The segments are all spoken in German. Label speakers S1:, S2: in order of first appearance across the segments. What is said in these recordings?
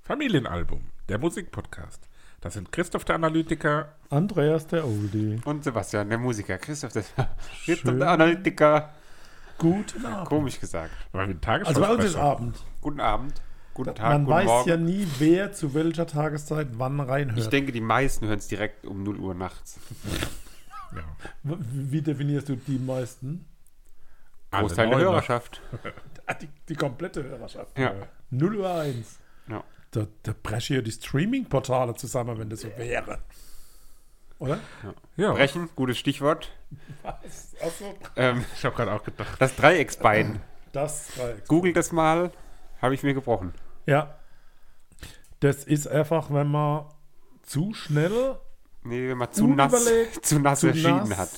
S1: Familienalbum, der Musikpodcast. Das sind Christoph der Analytiker
S2: Andreas der Oldie.
S3: Und Sebastian, der Musiker. Christoph, der,
S2: Schön.
S3: Christoph, der Analytiker.
S2: Guten Abend.
S3: Komisch gesagt.
S1: weil wir
S2: Also bei uns ist
S1: Tagesschausprecher.
S2: Abend.
S3: Guten Abend, guten Tag,
S2: Man
S3: guten
S2: weiß
S3: Morgen.
S2: ja nie, wer zu welcher Tageszeit wann
S3: ich
S2: reinhört.
S3: denke, die meisten hören es direkt um 0 Uhr nachts.
S1: ja.
S2: W- Wie definierst du die meisten?
S1: Alle
S3: Großteil der
S1: Leute.
S3: Hörerschaft.
S2: Ah, Die, die komplette Hörerschaft.
S3: Ja.
S2: 0 Uhr 1.
S3: ja.
S2: Da, da breche ich ja die Streaming-Portale zusammen, wenn das so wäre. Oder?
S1: ja.
S3: Brechen, gutes Stichwort.
S2: Achso.
S3: Ähm,
S1: Ich habe gerade auch gedacht,
S3: das Dreiecksbein.
S2: Das war
S3: Google das mal. Habe ich mir gebrochen.
S2: Ja. Das ist einfach, wenn man zu schnell
S3: Nee, wenn man zu nass,
S2: Unüberlegt,
S3: zu nass
S2: zu
S3: erschienen
S2: nass.
S3: hat.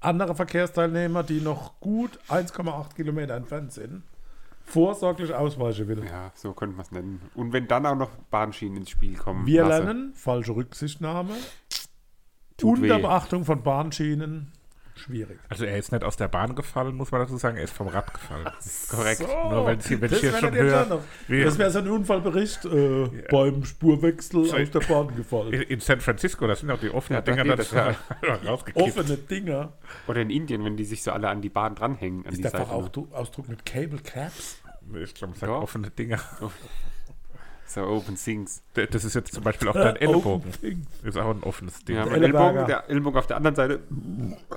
S2: andere Verkehrsteilnehmer, die noch gut 1,8 Kilometer entfernt sind, vorsorglich ausweichen will.
S3: Ja, so könnte man es nennen. Und wenn dann auch noch Bahnschienen ins Spiel kommen.
S2: Wir
S3: lasse,
S2: lernen falsche Rücksichtnahme,
S3: Tut
S2: unter
S3: weh.
S2: Beachtung von Bahnschienen, schwierig.
S1: also er ist nicht aus der Bahn gefallen, muss man dazu sagen, er ist vom Rad gefallen.
S3: Korrekt.
S1: Nur wenn ich hier- wenn ich
S2: das
S1: hier
S2: wäre
S1: schon
S2: nicht
S1: höre,
S2: entstanden.
S1: wie-
S2: Das wäre so ein Unfallbericht äh, beim Spurwechsel
S1: So-
S2: aus der Bahn
S1: In,
S2: gefallen.
S1: in San Francisco, das sind auch die offenen
S3: Ja, da
S1: Dinger,
S3: geht
S1: das
S3: das ja.
S1: rausgekippt.
S2: Offene Dinger.
S3: Oder in Indien, wenn die sich so alle an die Bahn dranhängen. An die
S2: Ist einfach
S3: Seite. ne?
S2: auch du- Ausdruck mit Cable Caps.
S1: Ich glaube, man sagt
S3: Ja.
S1: offene Dinger.
S3: So Open Things.
S1: D- Das ist jetzt zum Beispiel
S2: Äh,
S1: auch
S2: oh.
S1: dein Ellenbogen.
S2: Open Dings.
S1: Ist auch ein offenes Ding.
S3: Ja,
S1: Ja.
S3: mein
S2: Ellenberger.
S3: Ellbogen, der Ellbogen auf der anderen Seite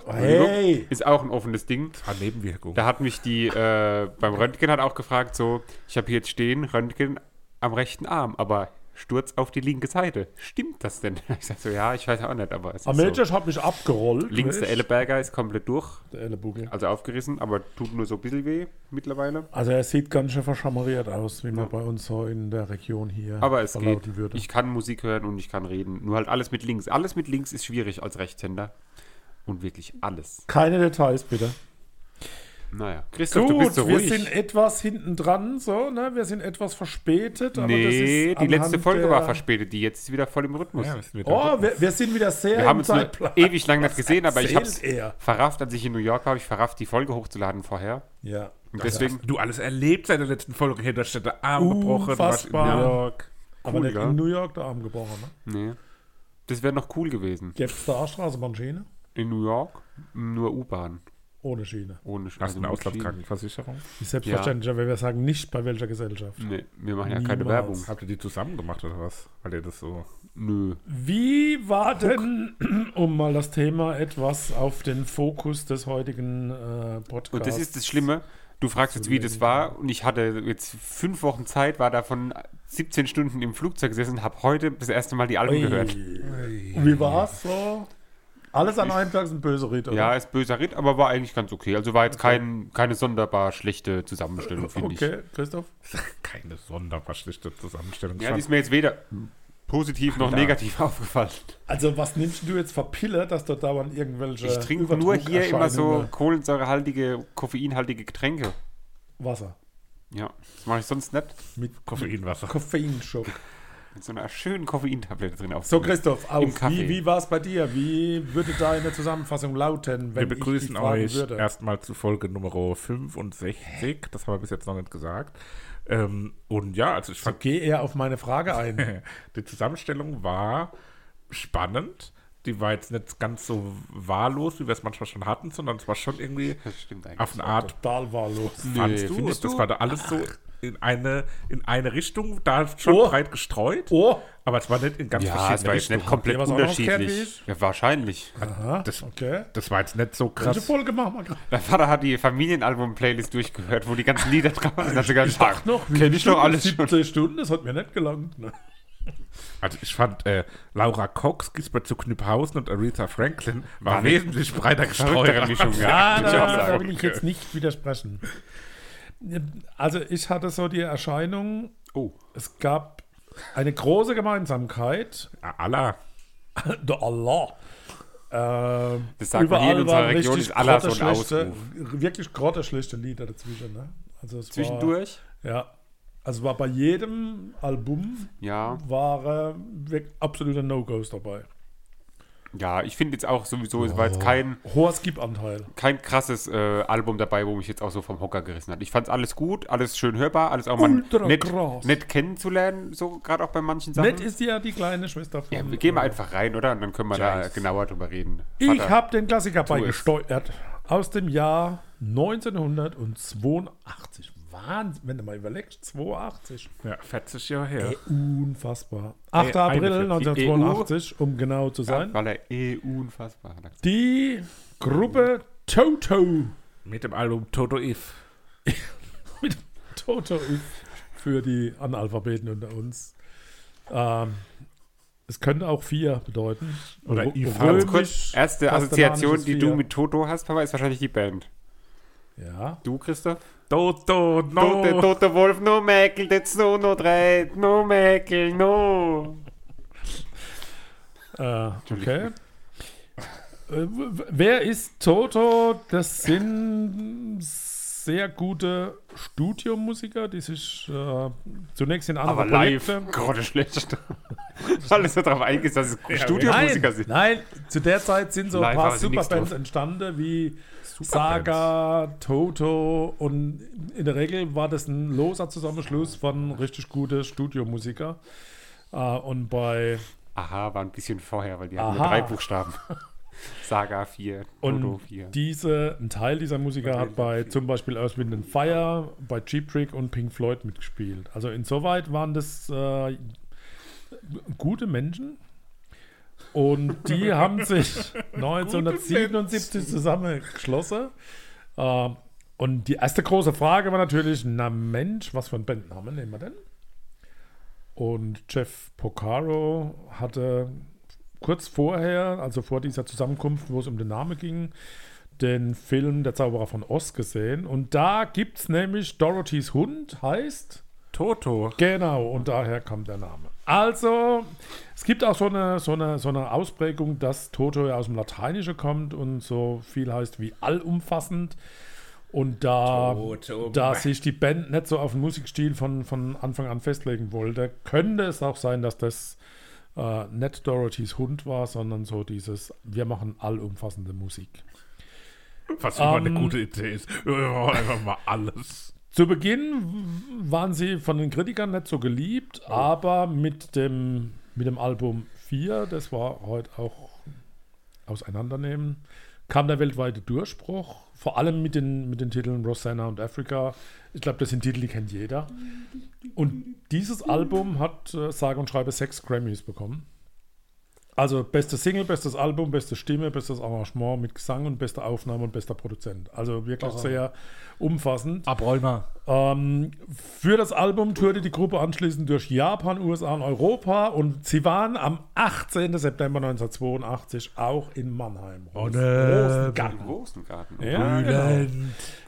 S2: Hey!
S3: ist auch ein offenes Ding.
S1: Paar Nebenwirkungen.
S3: Da hat mich die äh, beim Röntgen hat auch gefragt, so, ich habe hier jetzt stehen, Röntgen am rechten Arm, aber Sturz auf die linke Seite. Stimmt das denn? Ich sag so, ja, ich weiß auch nicht, aber es
S2: Am
S3: ist
S2: Mädchen
S3: so.
S2: hat mich abgerollt.
S3: Links der
S2: weißt?
S3: Elleberger ist komplett durch,
S2: Der Ellenbogen.
S3: also aufgerissen, aber tut nur so ein bisschen weh mittlerweile.
S2: Also er sieht ganz schön verschammeriert aus, wie man bei uns so in der Region hier
S3: Aber es geht.
S2: würde.
S3: Ich kann Musik hören und ich kann reden. Nur halt alles mit links. Alles mit links ist schwierig als Rechtshänder. Und wirklich alles.
S2: Keine Details bitte.
S3: Naja. Christoph,
S2: Gut,
S3: du bist so
S2: wir
S3: ruhig.
S2: sind etwas hinten dran, so, ne? Wir sind etwas verspätet. Aber
S3: nee,
S2: das ist
S3: die letzte
S2: anhand
S3: Folge
S2: der-
S3: war verspätet. Die jetzt ist wieder voll im Rhythmus.
S1: Ja, das ist mir
S2: Oh,
S1: da-
S2: wir, wir sind wieder sehr
S3: Wir haben uns nur ewig lang nicht
S2: Was
S3: gesehen, aber ich
S2: erzählt
S3: hab's
S2: er?
S3: verrafft, als ich in New York war, habe ich verrafft, die Folge hochzuladen vorher.
S2: Ja.
S3: Und deswegen,
S2: Oh.
S1: du alles erlebt seit der letzten Folge hier. Du hast dir den Arm
S2: Uh,
S1: gebrochen, du warst in New
S2: Unfassbar.
S1: York.
S2: aber
S3: cool,
S2: nicht
S3: gell?
S2: in New York der Arm gebrochen, ne?
S3: nee, das wäre noch cool gewesen.
S2: Gäbe es da Straßenbahnschiene?
S3: In New York nur U-Bahn,
S2: Ohne Schiene.
S3: ohne Sch- also
S1: Hast du eine
S3: mit Schienen.
S1: Auslandskrankenversicherung?
S2: Ist selbstverständlich, wenn wir sagen, nicht bei welcher Gesellschaft.
S3: Nee, wir machen ja keine
S2: Niemals.
S3: Werbung.
S1: Habt ihr die zusammen gemacht oder was? Weil ihr das so.
S3: Nö.
S2: Wie war denn, um mal das Thema etwas auf den Fokus des heutigen äh, Podcasts?
S3: Und das ist das Schlimme. Du fragst jetzt, wie das war, und ich hatte jetzt fünf Wochen Zeit, war davon 17 Stunden im Flugzeug gesessen und habe heute das erste Mal die Alben
S2: Ui.
S3: gehört.
S2: Und Wie war's so? Alles an einem Tag ist ein böser Ritter.
S3: Ja, ist böser Ritt, aber war eigentlich ganz okay. Also war jetzt kein, keine sonderbar schlechte Zusammenstellung, finde ich.
S2: Okay, Christoph.
S1: Keine sonderverschlichtete Zusammenstellung.
S3: Ja, die ist mir jetzt weder positiv noch negativ aufgefallen.
S2: Also, was nimmst du jetzt für Pille, dass du dauernd irgendwelche.
S3: Ich trinke nur hier immer so
S2: Überdruckerscheinungen-
S3: kohlensäurehaltige, koffeinhaltige Getränke.
S2: Wasser
S3: Ja, das mache ich sonst nicht.
S2: mit
S1: Koffeinwasser.
S2: Koffeinschock.
S3: Mit so einer schönen Koffeintablette drin auf.
S2: So, Christoph,
S3: Im
S2: auf.
S3: Kaffee.
S2: Wie, wie war es bei dir? Wie würde deine Zusammenfassung lauten,
S1: Wir
S2: wenn ich
S1: begrüßen
S2: die fragen
S1: euch
S2: würde?
S1: erstmal zu Folge Nummer 65. Das haben wir bis jetzt noch nicht gesagt. Ähm, und ja, also ich
S2: So,
S1: fand,
S2: geh eher auf meine Frage ein.
S1: die Zusammenstellung war spannend. Die war jetzt nicht ganz so wahllos, wie wir es manchmal schon hatten, sondern es war schon irgendwie
S3: Das stimmt eigentlich.
S1: auf eine Art
S2: Total wahllos.
S1: Fandst du?
S3: findest
S1: Das
S3: du?
S1: war da alles so in eine, in eine Richtung, da schon
S2: Oh.
S1: breit gestreut.
S2: Oh,
S1: Aber es war nicht in ganz
S3: ja, es
S1: verschiedenen
S3: war jetzt nicht
S1: Richtungen.
S3: komplett
S2: was auch noch
S3: unterschiedlich.
S2: Cabbage?
S3: Ja, wahrscheinlich.
S2: aha,
S1: das-
S2: okay.
S1: Das war jetzt nicht so
S2: Welche
S1: krass.
S2: Folge machen wir gerade?
S3: Mein Vater hat die Familienalbum-Playlist durchgehört, wo die ganzen Lieder drauf sind. Ich
S2: Ich dachte noch, wie
S3: Kenn ich doch
S2: Stunden?
S3: alles schon.
S2: 17 Stunden, das hat mir nicht gelangt. Ne?
S1: Also ich fand äh, Laura Cox, Gisbert zu Knüpphausen und Aretha Franklin war,
S3: War nicht-
S1: wesentlich breiter
S3: Verrücktere
S1: gestreut.
S3: Mischung,
S2: Ja,
S3: ja. muss ich auch
S2: da, da
S3: sagen.
S2: will ich jetzt nicht widersprechen. Also ich hatte so die Erscheinung,
S3: Oh,
S2: es gab eine große Gemeinsamkeit.
S1: Ja, Ah, Allah.
S2: Der Allah. Ähm,
S3: Das sagt man hier in unserer
S2: waren
S3: Region,
S2: richtig
S3: ist Allah so ein
S2: grotteschlechte- Wirklich grotteschlechte Lieder dazwischen. Ne? Also es
S3: zwischendurch?
S2: War, ja. Also war bei jedem Album
S3: Ja.
S2: war äh, wirklich absoluter No-Gos dabei.
S3: Ja, ich finde jetzt auch sowieso, es war
S2: Oh.
S3: jetzt kein,
S2: Hoher Skip-Anteil.
S3: kein krasses äh, Album dabei, wo mich jetzt auch so vom Hocker gerissen hat. Ich fand alles gut, alles schön hörbar, alles auch mal
S2: Ultra
S3: nett,
S2: krass.
S3: nett kennenzulernen, so gerade auch bei manchen Sachen.
S2: Nett ist ja die kleine Schwester von.
S3: ja, wir gehen mal einfach rein, oder? Und dann können wir da genauer drüber reden.
S2: ich
S3: Vater,
S2: habe den Klassiker
S3: es.
S2: beigesteuert. Aus dem Jahr 1982. Wahnsinn, wenn du mal überlegst, 82.
S1: Ja, 40 Jahre her.
S2: Unfassbar.
S3: Äh,
S2: 8.
S1: Ey,
S2: April
S1: eine
S2: 1982, um genau zu sein.
S3: Weil er eh unfassbar hat. er gesagt.
S2: Die Gruppe Toto
S1: Mit dem Album Toto If.
S2: mit Toto für die Analphabeten unter uns. Ähm, es könnte auch vier bedeuten.
S1: Oder
S2: Ru-
S1: If.
S3: Ganz
S2: römisch,
S3: kurz, erste Assoziation,
S2: kastellanisches
S3: die du
S2: Vier.
S3: mit Toto hast, Papa, ist wahrscheinlich die Band.
S2: Ja.
S3: Du, Christoph?
S1: Toto, no.
S3: Tote, tote Wolf, no Mäkel, der Snow, no dreht, no Mäkel, no.
S2: Äh, okay. Äh, w- Wer ist Toto? Das sind sehr gute Studiomusiker, die sich äh, zunächst in andere
S3: Aber live,
S2: Projekte-
S3: gerade schlecht. Alles so drauf eingesetzt, dass es Studiomusiker
S2: Nein,
S3: sind.
S2: nein, zu der Zeit sind so ein
S3: Live
S2: paar
S3: haben sie nichts
S2: Superbands
S3: drauf.
S2: entstanden, wie Saga, Toto und in der Regel war das ein loser Zusammenschluss von richtig guten Studiomusiker. Äh, und bei
S3: Aha, war ein bisschen vorher, weil die haben nur
S2: Aha.
S3: drei Buchstaben. Saga 4, Toto
S2: und
S3: 4.
S2: diese, ein Teil dieser Musiker hat bei zum Beispiel Earth, Wind and Fire, bei Cheap Trick und Pink Floyd mitgespielt. Also insoweit waren das äh, gute Menschen. Und die haben sich 1977 zusammengeschlossen. Äh, und die erste große Frage war natürlich, na Mensch, was für einen Bandnamen nehmen wir denn? Und Jeff Porcaro hatte kurz vorher, also vor dieser Zusammenkunft, wo es um den Namen ging, den Film Der Zauberer von Oz gesehen. Und da gibt es nämlich Dorothys Hund, heißt.
S1: Toto.
S2: Genau, und daher kam der Name. Also, es gibt auch so eine, so eine, so eine Ausprägung, dass Toto ja aus dem Lateinische kommt und so viel heißt wie allumfassend. Und
S3: Ähm,
S2: da,
S1: Toto.
S2: da sich die Band nicht so auf den Musikstil von, von Anfang an festlegen wollte, könnte es auch sein, dass das äh, nicht Dorothys Hund war, sondern so dieses, wir machen allumfassende Musik.
S1: Was immer
S2: ähm,
S1: eine gute Idee ist. Wir machen einfach mal alles.
S2: Zu Beginn w- waren sie von den Kritikern nicht so geliebt, aber mit dem, mit dem Album 4, das war heute auch auseinandernehmen, kam der weltweite Durchbruch, vor allem mit den, mit den Titeln Rosanna und Africa. Ich glaube, das sind Titel, die kennt jeder. Und dieses Album hat äh, sage und schreibe sechs Grammys bekommen. Also beste Single, bestes Album, beste Stimme, bestes Arrangement mit Gesang und beste Aufnahme und bester Produzent. Also wirklich sehr umfassend.
S1: Abräumer.
S2: Ähm, für das Album tourte die Gruppe anschließend durch Japan, USA und Europa und sie waren am 18. September 1982 auch in Mannheim.
S3: Oh,
S2: Und
S1: Ohne
S3: Im Rosengarten.
S2: ja,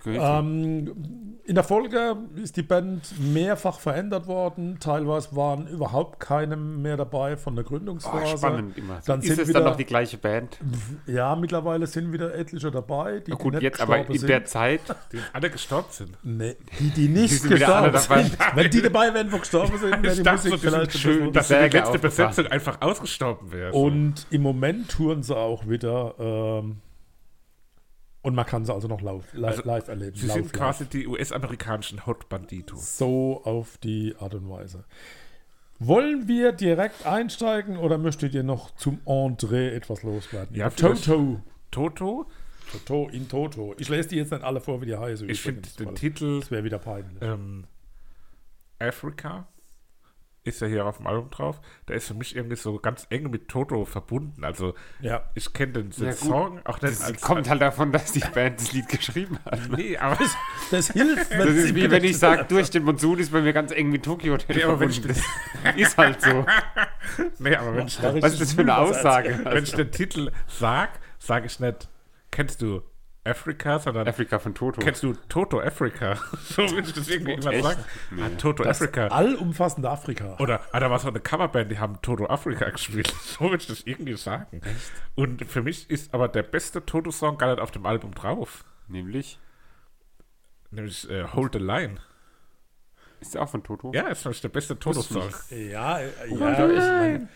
S2: genau. ähm, in der Folge ist die Band mehrfach verändert worden. Teilweise waren überhaupt keine mehr dabei von der
S3: Oh,
S2: Gründungsphase.
S3: spannend immer.
S2: also, Dann
S3: ist
S2: sind
S3: es
S2: wieder,
S3: dann noch die gleiche Band?
S2: ja, mittlerweile sind wieder etliche dabei, die, die
S3: Gut,
S2: nicht
S3: jetzt aber
S2: gestorben
S3: in der Zeit.
S1: Die alle gestorben sind.
S2: Nee, die, die nicht
S3: sind wieder alle
S2: gestorben sind.
S3: dabei.
S2: Wenn die dabei wären, wo gestorben sind, wäre
S1: Ich
S2: die
S1: dachte
S2: Musik
S1: so, die sind
S2: vielleicht ein
S1: schön,
S2: bisschen-
S1: Dass die
S3: Berge
S1: letzte
S3: aufgefahren.
S1: Besetzung einfach ausgestorben wäre.
S2: Und im Moment touren sie auch wieder. Ähm, und man kann sie also noch lauf, li live erleben.
S1: Sie sind
S2: lauflive.
S1: quasi die US-amerikanischen Hot Banditos.
S2: so auf die Art und Weise. Wollen wir direkt einsteigen oder möchtet ihr noch zum Entree etwas loswerden?
S1: Ja, vielleicht.
S2: Toto.
S1: Toto,
S2: Toto in Toto. Ich lese die jetzt nicht alle vor, wie die heißen.
S1: ich finde
S2: übrigens,
S1: den
S2: weil
S1: Titel
S2: Das wäre wieder peinlich.
S1: ähm, Africa ist ja hier auf dem Album drauf. Der ist für mich irgendwie so ganz eng mit Toto verbunden. Also
S2: Ja.
S1: ich kenne den, den
S3: Ja, gut.
S1: Song auch nicht
S3: Das kommt halt davon, dass die Band das Lied geschrieben hat.
S1: Nee, aber,
S2: Das hilft, wenn
S3: Das
S2: sie
S3: ist wie wenn ich
S2: benutzt-
S3: sage, durch den Monsun ist bei mir ganz eng mit Tokio.
S1: nee, aber wenn ich
S3: verbunden.
S1: den,
S3: ist halt so.
S1: nee, aber wenn ich
S2: Da
S1: den,
S2: richtig
S3: Was ist das für eine
S2: Müll, was er
S3: Aussage?
S1: wenn ich den Titel sag, sage ich nicht, kennst du Africa, sondern
S3: Afrika von Toto.
S1: kennst du Toto Africa. so will ich das irgendwie immer
S3: Echt?
S1: sagen. Ah, Toto Africa.
S2: Allumfassende Afrika.
S1: Oder, ah, da war so eine Coverband, die haben Toto Afrika gespielt. So würde ich das irgendwie sagen. Und für mich ist aber der beste Toto-Song gar nicht auf dem Album drauf.
S3: Nämlich
S1: Nämlich äh, Hold the Line.
S3: Ist auch von Toto.
S1: Ja, ist vielleicht der beste Toto-Song.
S2: Ja, äh,
S3: Oh
S2: ja, ich meine,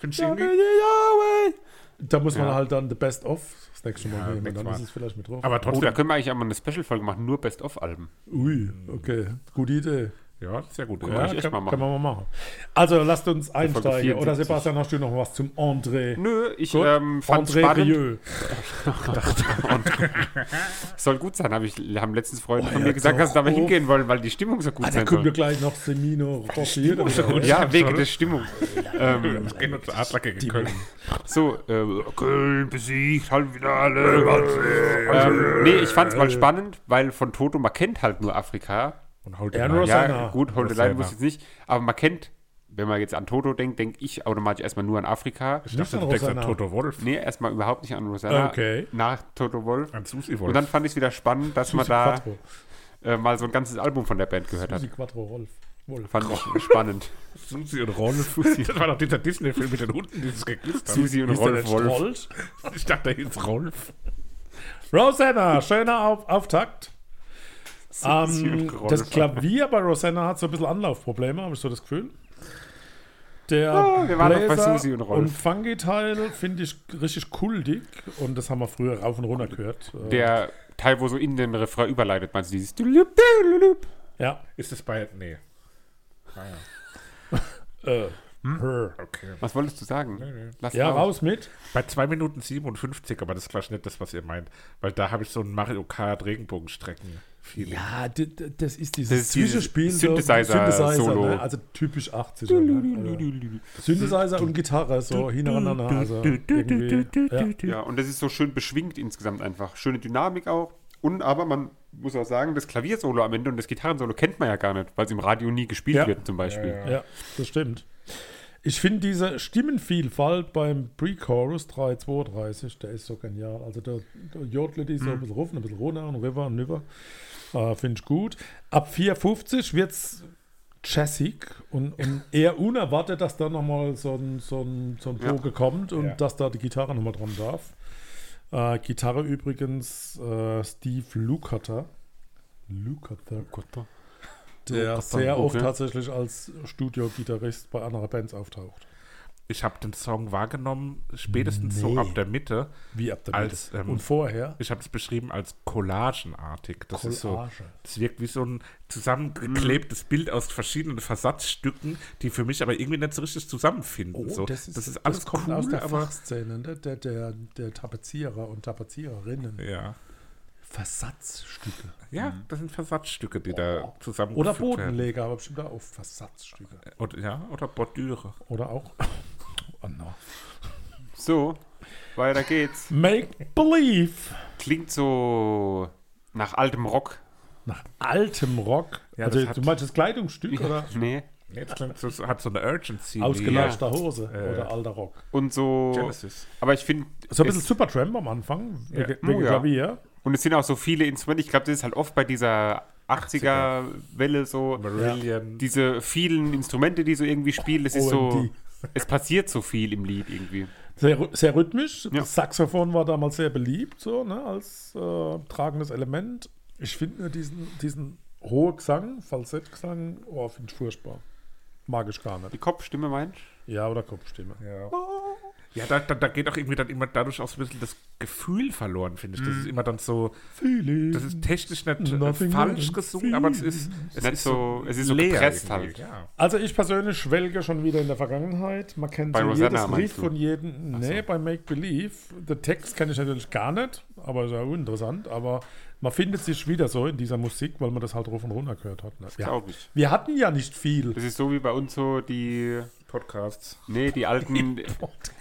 S1: Findest du irgendwie?
S2: da muss man
S3: Ja.
S2: halt dann the best of das nächste Mal
S1: Ja,
S2: nehmen und
S1: nächstes
S2: dann
S1: Mal.
S2: ist es vielleicht mit drauf.
S1: Aber
S3: Oh, da
S1: trotzdem,
S3: können wir eigentlich auch mal eine Special-Folge machen, nur Best-of-Alben.
S2: Ui, okay, gute Idee.
S1: ja, sehr gut.
S3: Ja,
S1: Ja.
S3: ich echt
S2: kann,
S3: mal machen.
S2: kann man mal machen. Also lasst uns
S3: Folge
S2: einsteigen.
S3: 74.
S2: Oder Sebastian, hast du noch was zum André?
S3: Nö, ich
S2: Gut.
S3: ähm, fand
S2: André
S3: spannend.
S2: Rieu. Ah,
S3: Soll gut sein, habe ich, haben letztens Freunde
S2: Oh,
S3: von
S2: ja,
S3: mir gesagt, dass sie da mal
S2: doch.
S3: hingehen wollen, weil die Stimmung so gut
S2: Ah, da
S3: sein
S2: kommt ja
S3: soll.
S2: gleich noch Semino, Rossi.
S1: gut.
S3: Ja, wegen
S1: Soll-
S3: der Stimmung. ähm,
S1: Wir gehen nur zur Adlacke in Köln.
S3: so, äh, Köln besiegt, Halbfinale. ähm, nee, ich fand es
S2: Äh.
S3: mal spannend, weil von Toto, man kennt halt nur Afrika.
S1: Und haut
S2: Ja,
S1: den
S2: nur
S1: Leib.
S2: Rosanna.
S3: Ja, gut, Hold the
S1: Rosanna.
S3: Line wusste ich jetzt nicht, aber man kennt, wenn man jetzt an Toto denkt, denke ich automatisch erstmal nur an Afrika.
S1: Ich dachte, du denkst an Toto Wolf.
S3: Nee, erstmal überhaupt nicht an Rosanna.
S2: Okay. Ah,
S3: Nach Toto Wolf.
S1: An Susi Wolf.
S3: Und dann fand ich es wieder spannend, dass man da
S2: Quattro.
S3: äh, mal so ein ganzes Album von der Band gehört hat.
S2: Susi Quattro Rolf. Wolf.
S3: Fand ich spannend.
S1: Susi und Rolf. Das war doch dieser Disney-Film mit den Hunden, dieses Geknistern.
S3: Susi und
S2: Hieß der
S3: Rolf
S2: nicht
S3: Wolf.
S2: Rolf?
S1: Ich dachte, der hieß Rolf.
S2: Rosanna, schöner Auf Auftakt.
S3: Susi
S2: Ähm,
S3: und Rolf.
S2: das Klavier bei Rosanna hat so ein bisschen Anlaufprobleme, habe ich so das Gefühl. Der
S3: Ah, wir waren noch bei
S2: Bläser
S3: Susi und Rolf.
S2: Und Fungi-Teil finde ich richtig kultig und das haben wir früher rauf und runter gehört. Äh,
S3: Der Teil, wo so in den Refrain überleitet, meinst du dieses Dülüp, Dülüp?
S2: ja.
S1: Ist das bei. Nee. Naja,
S2: Äh,
S3: Hm?
S2: her.
S1: okay.
S3: Was wolltest du sagen? Lass
S2: Ja, raus mit.
S1: Bei 2 Minuten 57, aber das ist vielleicht nicht das, was ihr meint. Weil da habe ich so ein Mario Kart Regenbogenstrecken. Feeling.
S2: Ja, d- d- das ist dieses
S3: Das ist dieses
S2: so-
S3: Synthesizer- Solo.
S2: ne? also typisch 80er. Ne? Äh, Synthesizer und Gitarre so hintereinander. Also irgendwie, ja.
S3: Ja, und das ist so schön beschwingt insgesamt einfach. Schöne Dynamik auch. Und aber man muss auch sagen, das Klaviersolo am Ende und das Gitarrensolo kennt man ja gar nicht, weil es im Radio nie gespielt
S2: Ja.
S3: wird zum Beispiel.
S2: Ja, das stimmt. Ich finde diese Stimmenvielfalt beim Pre-Chorus 332, der ist so genial. Also der, der jodelt die so ein bisschen rauf, und ein bisschen runter und rüber und rüber. Äh, finde ich gut. Ab 450 wird es jazzig und, und eher unerwartet, dass da nochmal so ein, so ein, so ein
S3: Ja.
S2: Bogen kommt und
S1: Ja.
S2: dass da die Gitarre nochmal dran darf. Äh, Gitarre übrigens äh, Steve Lukather. Lukather der
S3: Gott,
S2: sehr
S3: okay.
S2: oft tatsächlich als Studio-Gitarrist bei anderen Bands auftaucht.
S1: Ich habe den Song wahrgenommen, spätestens so
S2: Nee.
S1: ab der Mitte.
S2: Wie ab der
S1: Als,
S2: Mitte.
S1: ähm,
S2: Und vorher
S1: Ich habe es beschrieben als collagenartig. Das ist so.
S2: Collage. Mm.
S1: Es wirkt wie so ein zusammengeklebtes Bild aus verschiedenen Versatzstücken, die für mich aber irgendwie nicht so richtig zusammenfinden. so. das, ist, alles
S2: Oh, das
S1: cool,
S2: kommt aus der
S1: aber.
S2: Fachszene, ne? der, der, der Tapezierer und Tapezierinnen.
S1: Ja.
S2: Versatzstücke.
S1: ja, das sind Versatzstücke, die da zusammen
S2: Mm. Oh. Oder Bodenleger, aber bestimmt auch Versatzstücke.
S1: Oder, ja, oder Bordüre.
S2: Oder auch. Oh no.
S3: So, weiter geht's.
S2: Make Believe.
S3: Klingt so nach altem Rock.
S2: Nach altem Rock.
S1: Ja,
S2: also,
S1: das hat-
S2: du meinst das Kleidungsstück oder
S3: Nee.
S1: Jetzt klingt so, hat so eine Urgency.
S2: ausgelatschter Hose
S1: Äh,
S2: oder alter Rock?
S3: Und so.
S1: wie Genesis.
S3: Aber ich finde.
S2: So ein bisschen Supertramp am Anfang,
S1: Ja.
S2: wegen, wegen
S3: Oh, ja.
S2: Klavier.
S3: Und es sind auch so viele Instrumente. Ich glaube, das ist halt oft bei dieser 80er-Welle so.
S1: Marillion.
S3: Diese vielen Instrumente, die so irgendwie spielen, das ist so.
S2: OMD.
S3: Es passiert so viel im Lied irgendwie.
S2: Sehr, rhy- sehr rhythmisch.
S3: Ja.
S2: Das Saxophon war damals sehr beliebt, so, ne, als äh, tragendes Element. Ich finde nur diesen, diesen hohen Gesang, Falsettgesang, oh, finde ich furchtbar. Mag ich gar
S3: Die
S2: nicht.
S3: Kopfstimme meinst
S2: Ja, oder Kopfstimme.
S1: Ja,
S2: Oh.
S1: ja da, da, da geht auch irgendwie dann immer dadurch auch so ein bisschen das Gefühl verloren, finde ich. Das ist immer dann so,
S2: Feeling.
S1: das ist technisch nicht äh,
S2: Mhm. Nothing
S1: falsch
S2: but
S1: gesungen, aber es ist, es
S3: Nicht
S1: ist
S3: so- es ist so
S1: leer
S3: gepresst
S1: irgendwie,
S3: halt.
S1: Ja.
S2: Also ich persönlich schwelge schon wieder in der Vergangenheit. Man kennt
S3: Bei
S2: so
S3: Rosanna
S2: jedes Lied
S3: meinst du?
S2: von jedem. Nee, bei Make Believe. Der Text kenne ich natürlich gar nicht, aber ist ja uninteressant. Aber man findet sich wieder so in dieser Musik, weil man das halt rauf und runter gehört hat. Ne? Ja.
S3: Glaube ich.
S2: Wir hatten ja nicht viel.
S3: Das ist so wie bei uns so die.
S1: Podcasts.
S3: Nee, die alten.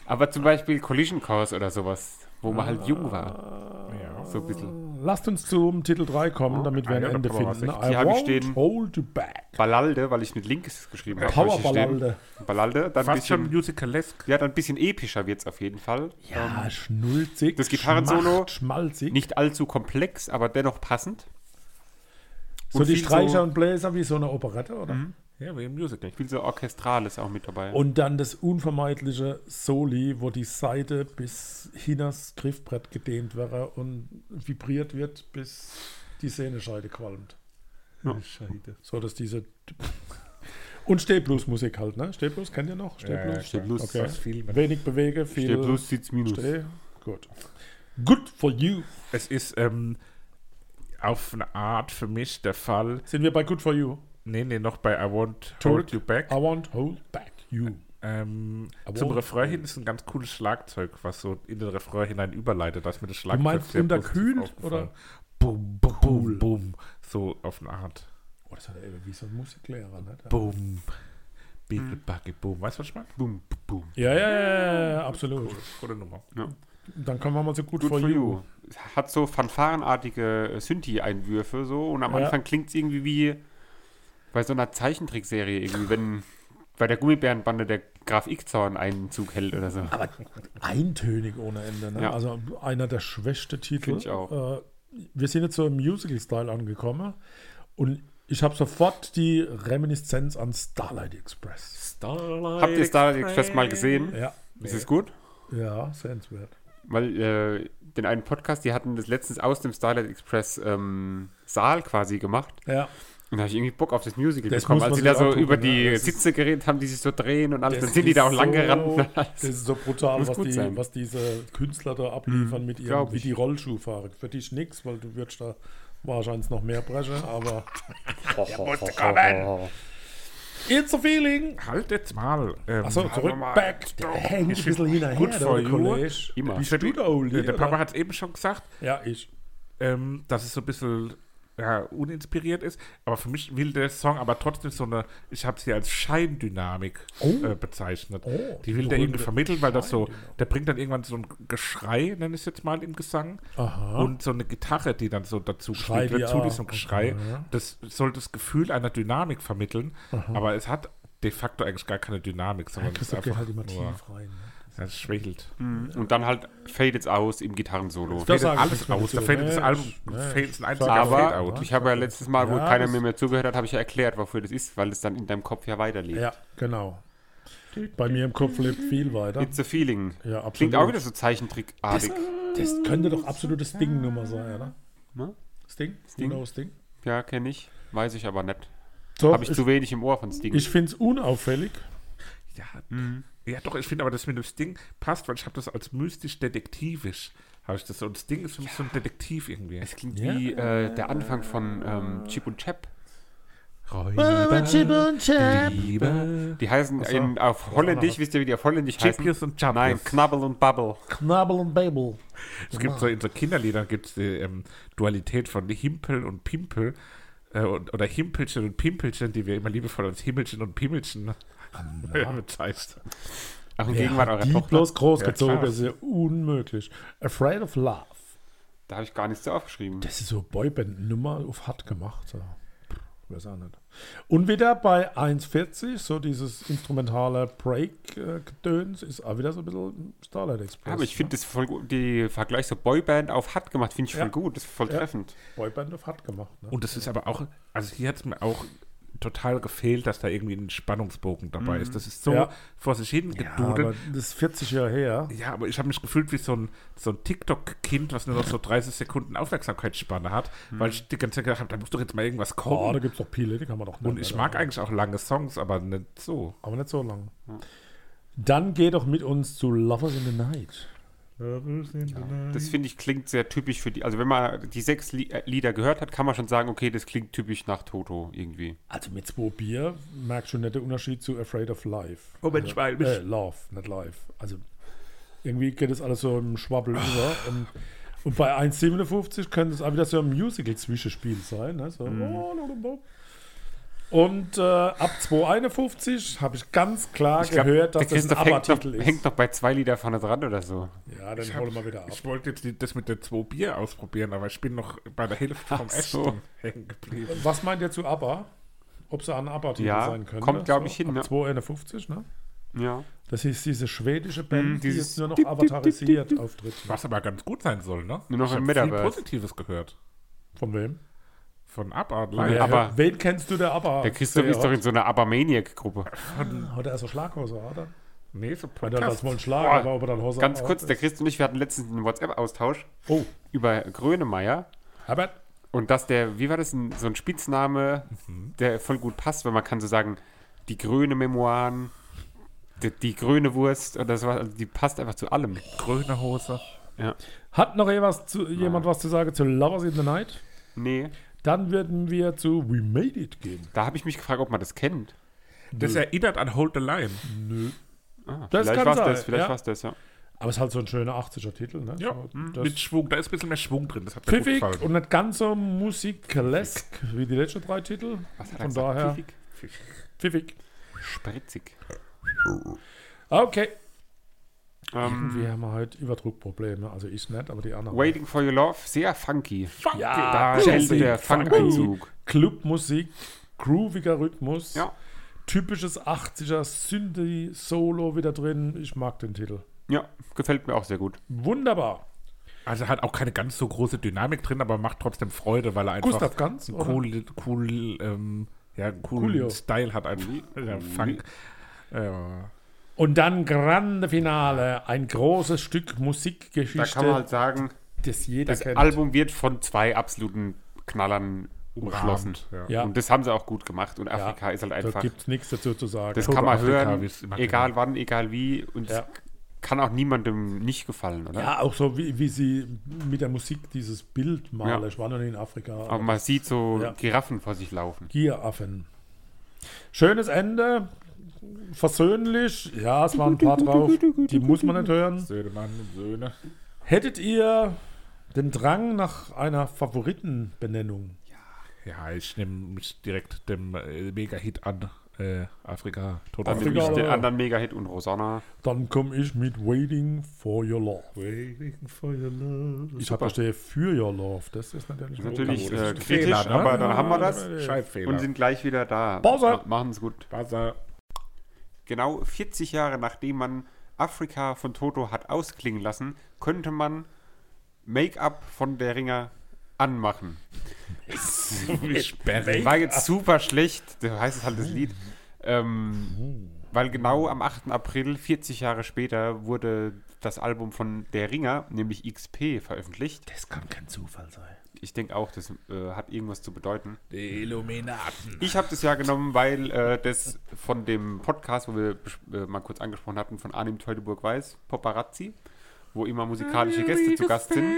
S3: aber zum Beispiel Collision Course oder sowas, wo man halt jung war.
S1: Ja.
S3: So ein bisschen.
S2: Lasst uns zum Titel 3
S3: Oh,
S2: kommen, damit wir ein
S1: Ah, ja,
S2: Ende
S1: da kommen wir
S2: finden.
S1: was
S2: I
S3: Hier hab ich
S2: won't
S3: stehen.
S2: hold you back.
S3: Ballalde, weil ich mit Links geschrieben habe. hab ich hier stehen.
S2: Powerballalde.
S3: Ballalde, dann ein
S1: Fast schon
S3: bisschen.
S1: musicalesk.
S3: Ja, dann ein bisschen epischer wird es auf jeden Fall.
S2: Ja, schnulzig.
S3: das Gitarrensolo.
S2: schmacht, Schmalzig.
S3: Nicht allzu komplex, aber dennoch passend.
S2: so
S3: und
S2: die
S3: viel
S2: Streicher
S3: so- Mhm.
S2: und Bläser wie so eine Operette, oder?
S1: Ja, wie im Musical.
S3: Viel so Orchestrales auch mit dabei.
S2: Und dann das unvermeidliche Soli, wo die Seite bis hinters Griffbrett gedehnt wäre und vibriert wird, bis die Sehnescheide qualmt.
S1: Ja. Scheiße.
S2: So, dass diese. Und Stehblues-Musik halt, ne? Stehblues kennt ihr noch? Stehblues?
S1: Steh
S3: Stehblues.
S1: bloß.
S2: Okay.
S1: Das ist viel mit-
S2: Wenig bewege, viel.
S3: Steht plus, sieht's minus.
S2: Steh. Gut. Good for you.
S1: Es ist ähm, auf eine Art für mich der Fall.
S2: Sind wir bei Good for you?
S1: Nee, nee, noch bei I Won't
S2: Turk.
S1: Hold You Back.
S2: I won't hold back you.
S1: Ähm,
S2: I
S1: zum
S2: won't
S1: Refrain hin ist ein ganz cooles Schlagzeug, was so in den Refrain hinein überleitet. Da ist mir das Schlagzeug
S2: meinst
S1: sehr
S2: unterkühlt,
S1: positiv aufgefallen.
S2: oder?
S1: Boom, boom, boom, boom. So auf eine Art.
S2: Oh, das hat er wie so ein Musiklehrer, ne?
S1: Boom.
S3: Mhm.
S1: Beagle, buggy, boom. Weißt du, was ich meine?
S3: Boom, boom.
S2: Ja, ja, ja, ja, ja, absolut.
S1: Coole Nummer.
S2: Dann kommen wir mal zu Good,
S3: Good
S2: for, you.
S3: Hat so fanfarenartige äh, Synthi-Einwürfe so und am
S2: Ja.
S3: Anfang klingt es irgendwie wie bei so einer Zeichentrickserie irgendwie, wenn bei der Gummibärenbande der Graf Ickzorn einen Zug hält oder so.
S2: Aber eintönig ohne Ende, ne?
S3: Ja.
S2: Also einer der schwächsten Titel.
S3: Find ich auch.
S2: Äh, wir sind jetzt so im Musical-Style angekommen und ich habe sofort die Reminiszenz an Starlight Express.
S1: Starlight
S3: Habt ihr Star Express mal gesehen?
S2: Ja,
S3: Ist es gut?
S2: ja, sehenswert.
S3: Weil äh, den einen Podcast, die hatten das letztens aus dem Starlight Express ähm, Saal quasi gemacht.
S2: Ja,
S3: Und da habe ich irgendwie Bock auf das Musical
S2: Das
S3: bekommen.
S2: muss
S3: Als
S2: man
S3: die da
S2: sich
S3: so
S2: angucken,
S3: über
S2: ne?
S3: die
S2: Das ist-
S3: Sitze geredet haben, die sich so drehen und alles.
S2: Das
S3: Dann sind die da auch
S2: ist
S3: lang
S2: so-
S3: gerannt. ne?
S2: Das ist so brutal,
S3: Muss
S2: was
S3: gut
S2: die,
S3: sein. Hm,
S2: was diese Künstler da abliefern mit ihrem,
S3: glaub
S2: wie
S3: ich.
S2: die Rollschuhfahrer. Für dich nix, weil du würdest da wahrscheinlich noch mehr brechen, aber
S1: musste kommen.
S2: it's a feeling.
S1: äh, Halt jetzt mal. Ähm,
S2: Achso, zurück,
S1: mal-
S2: back. Häng ich ein bisschen hinterher,
S1: Good for
S2: der
S1: you.
S2: Kollege.
S3: Immer.
S2: Bist du da, Uli,
S1: Der Papa
S2: oder?
S1: hat es eben schon gesagt.
S2: Ja, ich.
S1: ähm, dass es so ein bisschen ja, uninspiriert ist. Aber für mich will der Song aber trotzdem so eine, ich habe sie als Scheindynamik
S2: Oh.
S1: äh, bezeichnet.
S2: Oh,
S1: die will
S2: die genau.
S1: der irgendwie
S2: berühmte
S1: vermitteln, weil das so,
S2: Scheindynamik.
S1: der bringt dann irgendwann so ein Geschrei, nenne ich es jetzt mal, im Gesang.
S2: Aha.
S1: Und so eine Gitarre, die dann so dazu
S2: Schrei
S1: gespielt wird,
S2: dir
S1: zu
S2: auch.
S1: diesem Geschrei.
S2: Okay, ja.
S1: Das soll das Gefühl einer Dynamik vermitteln, aber es hat de facto eigentlich gar keine Dynamik, sondern es ist
S2: Christoph geht
S1: einfach
S2: halt immer
S1: nur,
S2: tief rein.
S1: es schwächelt.
S3: Und dann halt fadet's aus im Gitarrensolo.
S2: Das-
S1: Fällt
S2: sage ich
S1: alles
S2: nichts mehr
S1: aus, da
S2: dazu.
S1: fällt das
S2: Nee,
S1: Album,
S2: nee,
S1: fällt ein
S2: ich
S1: einziger
S2: sag-
S3: Aber
S1: Fade-out.
S3: ich habe ja letztes Mal, wo
S2: Ja,
S3: keiner
S2: das-
S3: mir mehr zugehört hat, habe ich ja erklärt, wofür das ist, weil es dann in deinem Kopf ja weiterlebt.
S2: Ja, genau. Bei mir im Kopf lebt viel weiter.
S3: It's a feeling.
S2: Ja, absolut.
S3: Klingt auch wieder so zeichentrickartig.
S2: Das könnte doch absolute Sting-Nummer sein, oder?
S3: Ne?
S2: Sting?
S3: Sting?
S2: Genau, Sting.
S3: Ja, kenne ich. Weiß ich aber nicht.
S2: Doch,
S3: Habe ich zu wenig im Ohr von Sting.
S2: ich finde es unauffällig.
S1: Ja,
S2: Mhm.
S1: ja doch, ich finde aber, dass mir das Ding passt, weil ich habe das als mystisch-detektivisch. Habe ich das so. Und das Ding ist für mich so ein Detektiv irgendwie.
S3: das klingt
S2: Ja.
S3: wie äh, der Anfang von ähm, Chip und Chap.
S1: Liebe.
S3: Die heißen in, auf Holländisch, wisst ihr, wie die auf Holländisch heißen?
S1: Chippius und Chappius.
S3: Nein, Knabbel und Bubble.
S2: Knabbel und Babel.
S1: Es gibt so in so Kinderliedern gibt es die ähm, Dualität von Himpel und Pimpel. Äh, und, oder Himpelchen und Pimpelchen, die wir immer liebevoll als Himmelchen und Pimmelchen bezeichnen.
S3: Auch in
S2: Wer
S3: Gegenwart
S2: hat
S3: eurer
S2: die
S3: Tochter.
S2: bloß großgezogen,
S1: Ja, klar.
S2: das ist ja unmöglich. Afraid of Love.
S3: Da habe ich gar nichts so aufgeschrieben.
S2: Das ist so Boyband-Nummer auf hart gemacht. So. Weiß auch nicht. Und wieder bei 1,40, so dieses instrumentale Break-Gedöns, ist auch wieder so ein bisschen Starlight Express.
S3: Aber ich finde das voll gut. Die Vergleich so Boyband auf Hut gemacht, finde ich voll gut. Das ist voll
S2: Ja.
S3: treffend.
S2: ne? Boyband auf hart gemacht. Ne?
S1: Und das ist aber auch, also hier hat es mir auch total gefehlt, dass da irgendwie ein Spannungsbogen dabei ist. Das ist so
S2: Ja.
S1: vor sich hin
S2: Ja,
S1: gedudelt.
S2: aber das ist 40 Jahre her.
S1: Ja, aber ich habe mich gefühlt wie so ein, so ein TikTok-Kind, was nur noch so 30 Sekunden Aufmerksamkeitsspanne hat, weil ich die ganze Zeit gedacht habe, da muss doch jetzt mal irgendwas
S2: Oh, da
S1: kommen.
S2: gibt es doch viele, die kann man doch nennen,
S1: und ich
S2: Alter.
S1: mag eigentlich auch lange Songs, aber nicht so.
S2: Aber nicht so lang. Dann geh doch mit uns zu Lovers in the Night.
S3: Das finde ich klingt sehr typisch für die. Also, wenn man die sechs Li äh, Lieder gehört hat, kann man schon sagen, okay, das klingt typisch nach Toto irgendwie.
S2: Also mit zwei Bier merkst du nicht den Unterschied zu Afraid of Life.
S1: Moment,
S2: also,
S1: ich beeil mich.
S2: Äh, Love, nicht Life. Also irgendwie geht das alles so im Schwabbel über.
S3: Ah.
S2: Und, und bei 1,57 könnte es auch wieder so ein Musical-Zwischenspiel sein. Ne? So,
S3: Mhm.
S2: oh, lululub. Und äh, ab 2,51 habe ich ganz klar
S3: Ich glaub,
S2: gehört, dass
S3: der
S2: das ein
S3: Christoph hängt noch,
S2: ABBA-Titel ist.
S3: hängt noch bei zwei Lieder vorne dran oder so.
S2: ja, dann
S1: Ich
S2: holen
S1: hab-
S2: wir wieder ab.
S1: Ich wollte jetzt die, das mit der 2 Bier ausprobieren, aber ich bin noch bei der Hälfte vom
S3: Ach so.
S1: Ashton hängen geblieben.
S2: Was meint ihr zu ABBA? Ob sie an ABBA-Titel
S3: Ja,
S2: sein könnte?
S3: kommt, glaub ich, hin,
S2: ab
S3: ne?
S2: 2,51, ne?
S3: Ja.
S2: Das ist diese schwedische Band,
S3: Mm,
S2: die
S3: dieses
S2: jetzt nur noch avatarisiert auftritt.
S1: Was aber ganz gut sein soll, ne?
S3: Nur noch
S1: ich
S3: im
S1: hab viel
S3: Metaverse.
S1: Positives gehört.
S2: Von wem?
S1: Von Abart
S3: Ja,
S1: live.
S3: ABBA.
S2: Wer- Wen kennst du, der ABBA? Ah,
S3: Der Christoph ist doch in so einer ABBA-Maniac-Gruppe.
S2: Hat er so Schlaghose, oder?
S1: Nee, so
S2: Hat er das
S1: Podcast.
S2: wohl ein Schlag,
S3: Boah,
S2: aber ob er dann Hose
S3: Ganz
S2: hat,
S3: kurz,
S2: ist-
S3: der Christoph und ich, wir hatten letztens einen WhatsApp-Austausch
S2: Oh,
S3: über Grönemeyer
S2: Herbert.
S3: Und dass der, wie war das, ein, so ein Spitzname,
S2: Mhm.
S3: der voll gut passt, weil man kann so sagen, die grüne Memoiren, die, die grüne Wurst oder sowas, also die passt einfach zu allem.
S1: Grüne Hose.
S3: Ja.
S2: Hat noch etwas zu, jemand was zu sagen zu Lovers in the Night?
S3: Nee,
S2: Dann würden wir zu We Made It gehen.
S3: da habe ich mich gefragt, ob man das kennt.
S1: Das erinnert an Hold the Line.
S2: Nö.
S3: Ah,
S2: Das
S3: vielleicht
S2: kann
S3: war's
S2: sein,
S3: das, vielleicht
S2: ja.
S3: war's Mhm. das, ja.
S2: Aber es ist halt so ein schöner 80er-Titel, ne?
S1: Ja,
S2: So,
S1: Mit Schwung. Da ist ein bisschen mehr Schwung drin. Das hat mir gut
S2: Pfiffig
S1: gefallen.
S2: und nicht ganz so musikalesk wie die letzten drei Titel.
S3: Was hat er
S2: Von
S3: gesagt?
S2: daher
S3: Pfiffig?
S2: pfiffig.
S3: Spritzig.
S2: Okay.
S3: Ähm,
S2: Wir haben heute Überdruckprobleme. Also ich nicht, aber die anderen. halt.
S3: Waiting for Your Love, sehr funky.
S1: Fuck
S3: Da
S2: Jazzy,
S3: hält der Funk-Einzug.
S2: Clubmusik, grooviger Rhythmus,
S3: Ja.
S2: typisches 80er Synthie-Solo wieder drin. Ich mag den Titel.
S3: Ja, gefällt mir auch sehr gut.
S2: Wunderbar.
S1: Also hat auch keine ganz so große Dynamik drin, aber macht trotzdem Freude, weil er einfach
S2: Gustav Ganz,
S1: einen
S2: oder?
S1: cool, cool, ähm, ja, einen coolen
S2: Coolio.
S1: Style hat einfach. Der Funk. Ja.
S2: Und dann grande Finale. Ein großes Stück
S3: Da
S2: Musikgeschichte,
S3: kann man halt sagen,
S2: das jeder
S3: das
S2: kennt.
S3: Album wird von zwei absoluten Knallern umschlossen.
S1: Ja.
S2: Ja.
S3: Und das haben sie auch gut gemacht. Und Afrika ist halt
S2: da
S3: einfach,
S2: gibt es nichts dazu zu sagen.
S3: das kann man
S1: Afrika, wie
S3: hören,
S1: es immer
S3: egal wann, egal wie. Und
S2: Ja.
S3: es kann auch niemandem nicht gefallen, oder?
S2: Ja, auch so, wie, wie sie mit der Musik dieses Bild malen.
S3: Ja.
S2: Ich war noch nie in Afrika.
S3: Aber man sieht so
S2: Ja.
S3: Giraffen vor sich laufen.
S2: Gieraffen. Schönes Ende. Versöhnlich. Ja, es waren ein paar drauf. Die muss man nicht hören.
S1: Söhne, Mann und Söhne.
S2: Hättet ihr den Drang nach einer Favoritenbenennung?
S1: Ja, ich nehme mich direkt dem äh, Mega-Hit an. Äh, Afrika, tot
S3: Dann nehme
S2: Afrika
S3: ich den
S2: oder-
S3: anderen Mega-Hit und Rosanna.
S2: Dann komme ich mit Waiting for Your Love. Ich habe verstehe für Your Love. Das ist natürlich,
S3: Natürlich
S1: das ist
S3: äh,
S1: ein
S3: kritisch,
S1: Fehler, ne?
S3: aber dann haben wir das
S1: Schreibfehler.
S3: und sind gleich wieder da.
S2: Pause.
S3: Ma- Machen's gut.
S1: Buzzer.
S3: Genau 40 Jahre nachdem man Afrika von Toto hat ausklingen lassen, könnte man Make-up von der Ringer anmachen.
S1: Sperrig.
S3: War jetzt super schlecht, so heißt es halt das Lied. Ähm, weil genau am 8. April, 40 Jahre später, wurde das Album von der Ringer, nämlich XP, veröffentlicht.
S1: Das kann kein Zufall sein.
S3: Ich denke auch, das äh, hat irgendwas zu bedeuten.
S1: Die Illuminaten.
S3: Ich habe das ja genommen, weil äh, das von dem Podcast, wo wir bes- äh, mal kurz angesprochen hatten, von Arnim Teutoburg Weiß, Paparazzi, wo immer musikalische Gäste zu Gast sind.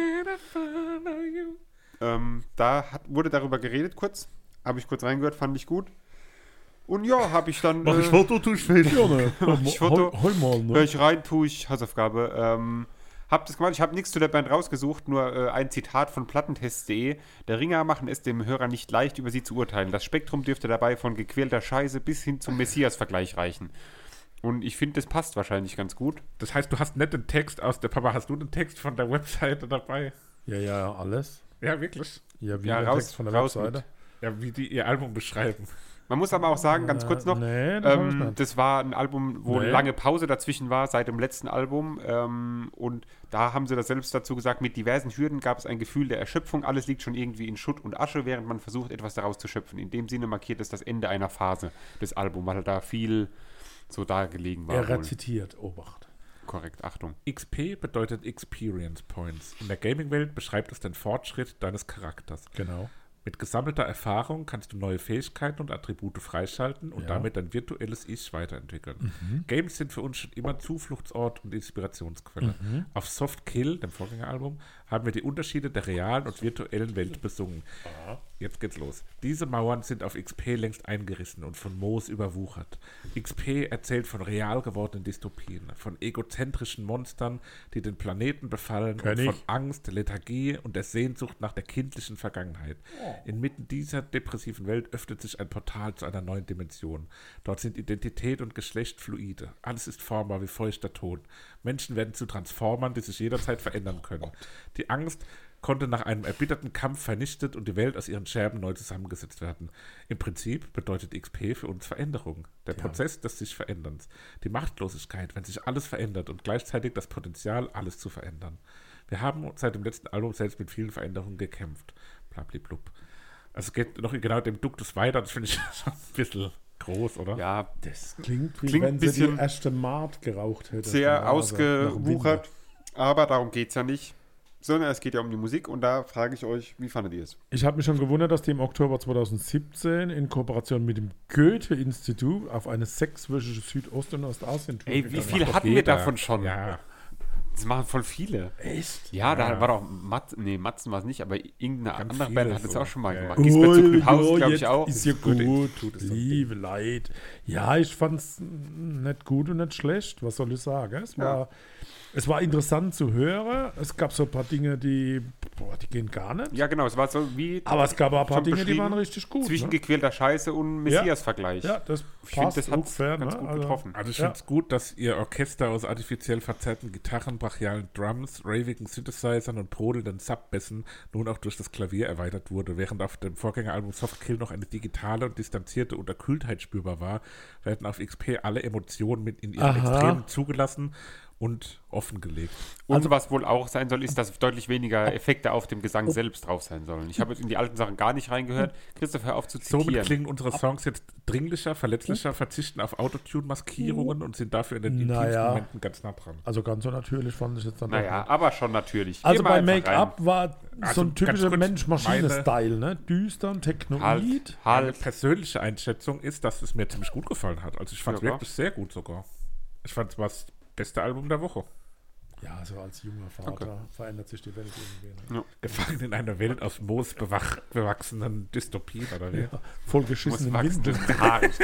S3: Ähm, da hat, wurde darüber geredet kurz. Habe ich kurz reingehört, fand ich gut. Und ja, habe ich dann. äh,
S1: Mach ich Foto, tu ich Film.
S2: Ja, ne?
S3: ich
S2: hol,
S3: Foto?
S2: hol mal,
S3: Hör
S2: ne?
S3: ich rein, tue ich Hausaufgabe. Ähm, hab das gemacht, ich habe nichts zu der Band rausgesucht, nur äh, ein Zitat von plattentest.de. Der Ringer machen es dem Hörer nicht leicht, über sie zu urteilen. Das Spektrum dürfte dabei von gequälter Scheiße bis hin zum Messias-Vergleich reichen. Und ich finde, das passt wahrscheinlich ganz gut.
S1: Das heißt, du hast nicht den Text aus der Papa, hast du den Text von der Webseite dabei?
S2: Ja, ja, alles.
S1: Ja, wirklich.
S2: Ja, wie
S3: Ja,
S2: der
S3: raus-
S2: Text von der
S3: raus
S2: Webseite.
S3: mit.
S1: Ja, wie die ihr Album beschreiben.
S3: Man muss aber auch sagen, ganz kurz noch,
S2: Äh, Nee, das hab ich
S3: ähm,
S2: nicht.
S3: das war ein Album, wo
S2: Nee.
S3: eine lange Pause dazwischen war, seit dem letzten Album. Ähm, und da haben sie das selbst dazu gesagt, mit diversen Hürden gab es ein Gefühl der Erschöpfung. Alles liegt schon irgendwie in Schutt und Asche, während man versucht, etwas daraus zu schöpfen. In dem Sinne markiert es das Ende einer Phase des Albums, weil da viel so da gelegen war.
S2: Er
S3: wohl.
S2: zitiert, Obacht.
S3: Korrekt, Achtung.
S1: XP bedeutet Experience Points. In der Gaming-Welt beschreibt es den Fortschritt deines Charakters.
S2: Genau.
S1: Mit gesammelter Erfahrung kannst du neue Fähigkeiten und Attribute freischalten und
S2: Ja.
S1: damit dein virtuelles Ich weiterentwickeln. Games sind für uns schon immer Zufluchtsort und Inspirationsquelle. Auf Soft Kill, dem Vorgängeralbum, haben wir die Unterschiede der realen und virtuellen Welt besungen. Jetzt geht's los. Diese Mauern sind auf XP längst eingerissen und von Moos überwuchert. XP erzählt von real gewordenen Dystopien, von egozentrischen Monstern, die den Planeten befallen
S2: Kenn
S1: und von
S2: ich.
S1: Angst, Lethargie und der Sehnsucht nach der kindlichen Vergangenheit. Inmitten dieser depressiven Welt öffnet sich ein Portal zu einer neuen Dimension. Dort sind Identität und Geschlecht fluide. Alles ist formbar wie feuchter Ton. Menschen werden zu Transformern, die sich jederzeit verändern können. Die Angst konnte nach einem erbitterten Kampf vernichtet und die Welt aus ihren Scherben neu zusammengesetzt werden. Im Prinzip bedeutet XP für uns Veränderung, der Prozess des sich Veränderns, die Machtlosigkeit, wenn sich alles verändert und gleichzeitig das Potenzial, alles zu verändern. Wir haben seit dem letzten Album selbst mit vielen Veränderungen gekämpft. Blabliblub. Also es geht noch in genau dem Duktus weiter, das finde ich schon ein bisschen groß, oder?
S3: Ja,
S2: Das klingt wie
S3: Klingt
S2: wenn sie
S3: bisschen
S2: die erste Mart geraucht hätte.
S3: sehr
S2: Von der Nase, nach dem
S3: ausgewuchert, aber darum geht es ja nicht. sondern es geht ja um die Musik und da frage ich euch, wie fandet ihr es?
S2: Ich habe mich schon gewundert, dass die im Oktober 2017 in Kooperation mit dem Goethe-Institut auf eine sechswöchige Südost- und Ostasien-Tour
S3: Ey, wie
S2: gegangen
S3: viel hatten wir
S1: Jeder.
S3: davon schon?
S1: Ja.
S3: Das machen voll viele.
S2: Echt?
S3: Ja, da war doch Matz, nee, Matzen war es nicht, aber irgendeine
S1: Ganz
S3: andere
S1: viele
S3: Band hat es
S1: so.
S3: auch schon mal
S1: Ja,
S3: gemacht.
S1: ja.
S3: Gisbert zu
S2: jo,
S3: Knüpphausen, glaube ich
S2: jetzt
S3: auch.
S2: Ist ja
S1: Goethe
S2: gut.
S1: Institut ist so ein
S2: Liebe Leid. Ja, ich fand es nicht gut und nicht schlecht. Was soll ich sagen? Es war, es war interessant zu hören. Es gab so ein paar Dinge, die, boah, die gehen gar nicht.
S3: Ja, genau, es war so wie
S2: Aber es gab auch ein paar
S3: Schon
S2: Dinge, die
S3: beschrieben.
S2: waren richtig gut.
S3: zwischen
S2: ne?
S3: gequälter Scheiße und Messias-Vergleich.
S2: Ja, das
S3: Ich finde, das hat es
S2: ungefähr,
S3: ganz
S2: ne?
S3: gut
S2: Also-
S3: getroffen.
S1: Also ich
S2: Ja.
S1: finde es gut, dass ihr Orchester aus artifiziell verzerrten Gitarren, brachialen Drums, ravigen Synthesizern und brodelnden Subbässen nun auch durch das Klavier erweitert wurde. Während auf dem Vorgängeralbum Softkill noch eine digitale und distanzierte Unterkühltheit spürbar war, werden auf XP alle Emotionen mit in ihren
S2: Aha.
S1: Extremen zugelassen und offengelegt.
S3: Und
S2: also
S3: was wohl auch sein soll, ist, dass deutlich
S2: Oh.
S3: weniger Effekte auf dem Gesang selbst drauf sein sollen. Ich habe jetzt in die alten Sachen gar nicht reingehört.
S2: Hm.
S3: Christoph, hör auf zu
S1: Somit
S3: zitieren.
S1: klingen unsere Songs jetzt dringlicher, verletzlicher,
S3: Hm?
S1: verzichten auf Autotune-Maskierungen und sind dafür in den
S2: Naja.
S1: intimsten Momenten ganz nah dran.
S2: Also ganz so natürlich fand ich jetzt dann doch
S3: Naja,
S2: nicht.
S3: aber schon natürlich. Geh
S2: Also
S3: mal
S2: bei
S3: einfach
S2: Make-up war
S1: Also
S2: so ein
S1: ganz
S2: typischer
S1: kurz,
S2: Mensch-Maschine-Style, ne? Düster und
S3: rein. Halt,
S2: technoid.
S1: Meine
S3: halt.
S1: persönliche Einschätzung ist, dass es mir ziemlich gut gefallen hat. Also ich fand es
S3: Ja,
S1: wirklich sehr gut sogar. Ich fand es war das beste Album der Woche.
S2: Ja, so als junger Vater verändert sich die Welt irgendwie. Ne?
S1: Gefangen in einer Welt aus Moos bewach, bewachsenen Dystopien oder wie?
S2: Voll
S3: Muss
S2: geschissenen
S3: wachsen.
S2: Windeln.
S3: das Haar nicht.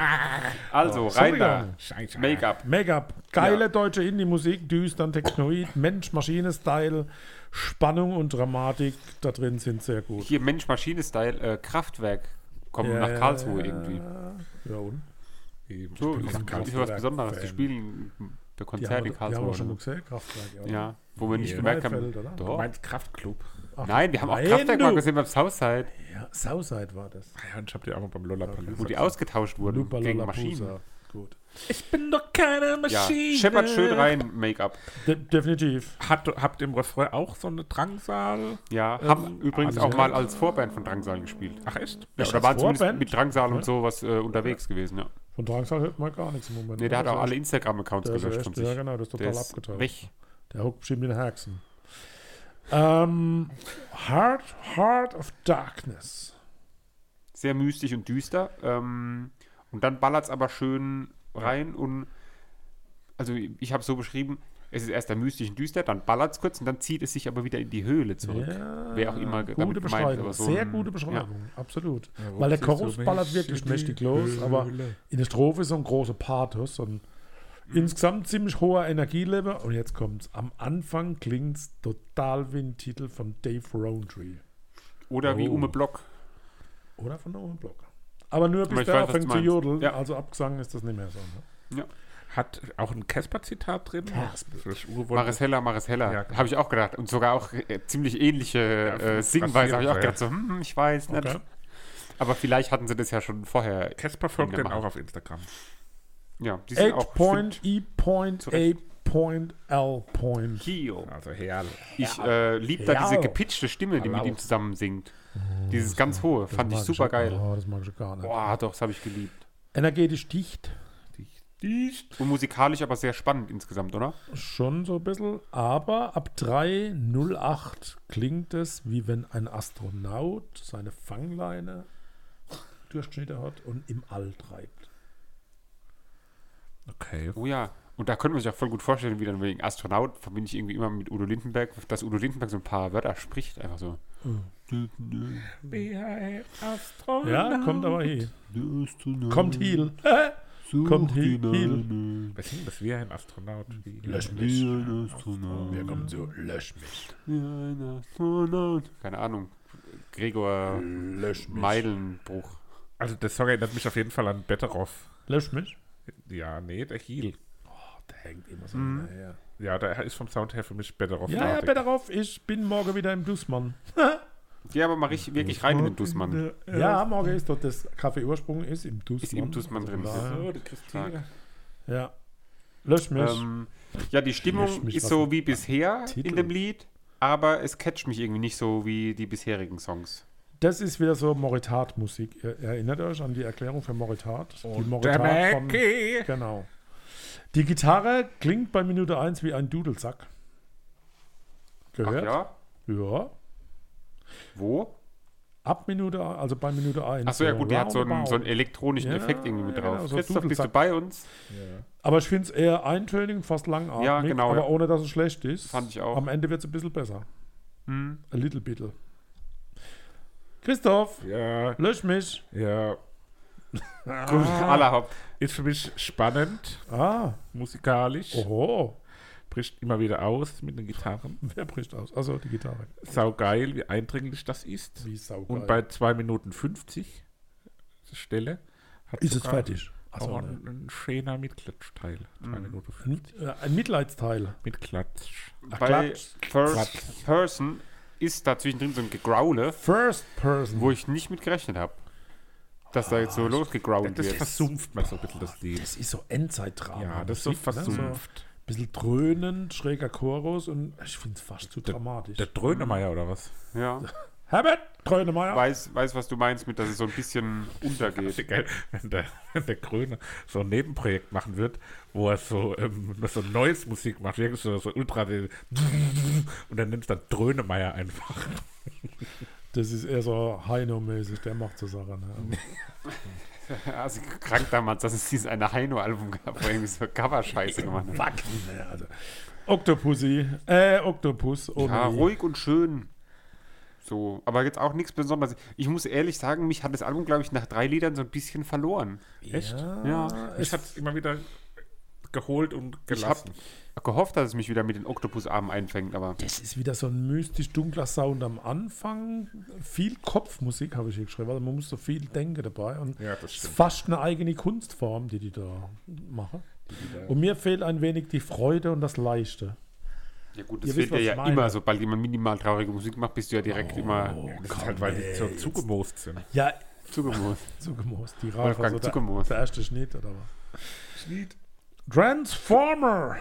S3: also, rein da.
S1: Scheiße.
S3: Make-up.
S2: Make-up, geile
S3: Ja.
S2: deutsche Indie-Musik, düster und technoid, Mensch-Maschine-Style, Spannung und Dramatik da drin sind sehr gut.
S3: Hier Mensch-Maschine-Style, äh, Kraftwerk. Kommen
S2: Ja,
S3: nach
S2: ja,
S3: Karlsruhe
S2: ja.
S3: irgendwie.
S2: Ja, und?
S1: Ich
S3: So,
S1: bin auch ein
S3: ist ist ja was
S1: Karlsberg-
S3: Besonderes. Die
S1: Fan.
S3: spielen bei
S2: Die
S3: Konzert
S2: haben,
S3: in
S2: wir- die haben wir
S3: Karlsruhe.
S2: schon mal
S3: ne?
S2: gesehen, Kraftwerk.
S3: Ja, wo wir nicht
S1: Nee.
S3: gemerkt haben.
S2: Maifeld, oder?
S1: Du
S3: Doch.
S1: meinst Kraftclub.
S3: Nein, wir haben auch
S2: Nein,
S3: Kraftwerk mal
S2: du.
S3: gesehen beim Southside,
S2: Ja, Southside war das.
S1: Ah ja, und ich hab die auch mal beim
S3: wo
S1: Lollapalooza.
S3: die ausgetauscht wurden gegen Maschinen.
S2: Lupalalapusa. Gut.
S1: Ich bin doch keine
S3: Ja, scheppert schön rein, Make-up.
S2: De definitiv.
S1: Hat, habt im Refrain auch so eine Drangsal?
S3: Ja,
S2: Ähm,
S3: haben übrigens
S1: also-
S3: auch mal als Vorband von Drangsal gespielt.
S1: Ach echt?
S3: Ja,
S2: Echt
S3: oder
S2: als
S3: waren zumindest
S2: Vorband?
S3: mit Drangsal und sowas äh, unterwegs gewesen, ja.
S2: Von Drangsal hört man gar nichts im Moment.
S3: Nee, der hat
S2: Das
S3: auch
S2: ist
S3: alle
S2: echt-
S3: Instagram-Accounts
S2: der ist
S3: gelöscht
S2: echt,
S3: von
S2: Ja,
S3: sich.
S2: genau, das ist
S3: Der
S2: total
S3: ist
S2: abgetaucht.
S3: weg.
S2: Der hockt bestimmt in den Herxen. Ähm, Heart, Heart of Darkness.
S3: Sehr mystisch und düster. Ähm, und dann ballert es aber schön rein und also ich habe es so beschrieben, es ist erst der mystisch und düster, dann ballert es kurz und dann zieht es sich aber wieder in die Höhle zurück.
S2: Ja,
S3: Wer auch immer ge-
S2: gute
S3: damit gemeint,
S2: Beschreibung.
S3: aber so
S2: Sehr
S3: ein-
S2: gute
S3: ja.
S2: Beschreibung, absolut.
S1: wo
S2: Weil der
S1: ziehst du
S2: Chorus
S1: mich
S2: ballert
S1: in
S2: wirklich
S1: die
S2: mächtig los,
S1: Höhle?
S2: aber in der Strophe ist so ein großer Pathos und
S3: Mhm.
S2: insgesamt ziemlich hoher Energielevel. Und jetzt kommt's. Am Anfang klingt's total wie ein Titel von Dave Rowntree.
S3: Oder wie
S1: Oh.
S3: Ume Block.
S2: Oder von der Block. Aber nur bis
S3: ich
S2: der
S3: weiß, was
S2: anfängt
S3: du
S2: zu
S3: meinst.
S2: jodeln.
S3: Ja.
S2: Also abgesungen ist das nicht mehr so. Ne?
S3: Ja.
S1: Hat auch ein Casper-Zitat drin?
S2: Casper.
S1: Das Urwort-
S3: Marisella, Marisella.
S1: Ja, genau.
S3: Habe ich auch gedacht. Und sogar auch äh, ziemlich ähnliche äh, Singweise. Habe ich auch gedacht, so, hm, ich weiß nicht.
S2: Okay.
S3: Aber vielleicht hatten sie das ja schon vorher.
S1: Casper folgt
S3: Ja,
S1: dann
S3: mach.
S1: auch auf Instagram.
S3: Ja, die sind auch bestimmt- Zurecht.
S2: H.E.A.L.
S3: Kio.
S1: Also herrlich.
S3: Ich äh, liebe da
S2: Ja. Äh,
S3: diese gepitchte Stimme, die mit
S1: Hallo.
S3: ihm zusammen singt. Dieses ganz hohe, fand ich super geil.
S2: Oh, das mag ich gar nicht.
S3: Boah, doch, das habe ich geliebt.
S2: Energetisch dicht,
S3: Und musikalisch aber sehr spannend insgesamt, oder?
S2: schon so ein bisschen, aber ab 3.08 klingt es, wie wenn ein Astronaut seine Fangleine durchschnitte hat und im All treibt.
S1: Okay.
S3: Oh ja. Und da könnte man sich auch voll gut vorstellen, wie dann wegen Astronaut verbinde ich irgendwie immer mit Udo Lindenberg, dass Udo Lindenberg so ein paar Wörter spricht, einfach so.
S2: Ja, kommt aber hier. Kommt
S4: Kommt
S2: Heal. Kommt
S4: Kommt
S2: Heal. Heal.
S4: Heal.
S1: Was hing das? Wie ein Astronaut. Wie
S2: Lösch mich. Wer
S4: Astronaut.
S2: kommt so? Lösch mich.
S3: Keine Ahnung. Gregor
S2: Lösch mich.
S3: Meilenbruch.
S1: Also der Song erinnert mich auf jeden Fall an Betteroff.
S2: Lösch mich.
S1: Ja, nee, der Heal.
S2: Der hängt immer so hinterher.
S1: Ja, der ist vom Sound her für mich Betteroff.
S2: Ja, ja, bitte auf, ich bin morgen wieder im Dussmann.
S3: Ja, aber mal richtig, wirklich rein in den Dussmann.
S2: Ja, morgen ist dort das Kaffee-Ursprung ist im Dussmann.
S3: Ist im Dussmann drin.
S2: daher-
S1: So, die Christine.
S2: Ja. Lösch mich.
S3: Ähm, ja, die
S2: Lösch
S3: Stimmung
S2: mich,
S3: ist
S2: was
S3: so
S2: ein
S3: wie bisher
S2: Titel.
S3: in dem Lied, aber es catcht mich irgendwie nicht so wie die bisherigen Songs.
S2: Das ist wieder so Moritat-Musik. Ihr- Erinnert euch an die Erklärung für Moritat? die
S1: Der
S2: Moritat von,
S1: Mackie.
S2: Genau. Die Gitarre klingt bei Minute 1 wie ein Dudelsack.
S3: Ach
S2: gehört.
S3: ja?
S2: ja.
S3: Wo?
S2: Ab Minute, also bei Minute 1.
S3: Achso, ja gut, die hat so einen, so einen elektronischen
S2: Ja,
S3: Effekt irgendwie mit
S2: ja,
S3: drauf.
S2: genau, so
S3: Christoph, bist du
S2: Dudelsack.
S3: bei uns?
S2: Aber ich finde es eher eintönig und fast langatmig,
S3: Ja, genau,
S2: aber
S3: ja.
S2: ohne dass es schlecht ist.
S3: Fand ich auch.
S2: Am Ende wird es ein bisschen besser.
S3: Hm.
S2: A little bit. Christoph,
S1: Ja,
S2: lösch mich.
S1: ja.
S3: Gut, allerhaupt.
S1: Ist für mich spannend,
S2: Ah,
S1: musikalisch.
S2: oho.
S1: Bricht immer wieder aus mit den Gitarren.
S2: Wer bricht aus? Also die Gitarre.
S1: Saugeil, wie eindringlich das ist.
S2: Wie saugeil.
S1: Und bei 2 Minuten 50 Stelle hat
S2: ist es
S1: sogar
S2: fertig.
S1: Auch
S2: Achso, ne.
S1: ein, ein schöner Mitklatschteil. 2 Minuten 50
S2: Äh, ein Mitleidsteil.
S1: Mitklatsch.
S2: Ach,
S3: Bei
S2: Klatsch.
S3: First
S1: Klatsch.
S3: Person ist da zwischendrin so ein Gegraule,
S2: First Person.
S3: wo ich nicht mit gerechnet habe. Dass da jetzt
S2: Ah,
S3: so losgegrault
S1: Das
S3: wird.
S1: versumpft man so ein bisschen das Lied.
S2: das ist so Endzeitdrama.
S1: Ja, das ist so
S2: Musik, Ne? So
S1: versumpft.
S2: ein bisschen dröhnend, schräger Chorus und ich finde es fast zu dramatisch.
S1: Der
S2: Mhm.
S1: Drönemeier oder was?
S3: Ja.
S2: Herbert Grönemeyer.
S3: Weiß, weiß, was du meinst mit, dass es so ein bisschen
S1: Ist ja
S3: untergeht.
S1: geil, wenn der, wenn der Grüne so ein Nebenprojekt machen wird, wo er so, ähm, so neues Musik macht, wirklich so, so ultra den- und dann nimmt es dann Drönemeier einfach.
S2: Das ist eher so Heino-mäßig, der macht so Sachen. Ne?
S1: Mhm.
S3: Also krank damals, dass es dieses eine Heino-Album gab, wo irgendwie so Cover-Scheiße gemacht hat.
S2: Wacken, ne? Also. Octopussy. Äh, Octopus. Ohne
S3: Ja,
S2: I.
S3: ruhig und schön. So, aber jetzt auch nichts Besonderes. Ich muss ehrlich sagen, mich hat das Album, glaube ich, nach drei Liedern so ein bisschen verloren.
S1: Echt?
S3: Ja.
S1: Ich habe es immer wieder geholt und
S3: Ich habe
S1: gelassen.
S3: gehofft, dass es mich wieder mit den Oktopusarmen einfängt, aber
S2: Das ist wieder so ein mystisch dunkler Sound am Anfang. Viel Kopfmusik habe ich hier geschrieben. Also man muss so viel denken dabei. Und
S1: Ja, das
S2: es ist
S1: stimmt.
S2: fast eine eigene Kunstform, die die da machen. Und mir fehlt ein wenig die Freude und das Leichte.
S3: ja gut, das
S2: Ihr wisst,
S3: wird dir
S2: was ich
S3: ja
S2: meine.
S3: immer, sobald jemand minimal traurige Musik macht, bist du ja direkt immer
S1: Das ist halt, weil die so zugemoost sind.
S2: Ja,
S3: zugemust.
S2: zugemoost. Die Rache,
S3: Wolfgang
S2: also der,
S3: zugemoost.
S2: der erste Schnitt oder was? Transformer.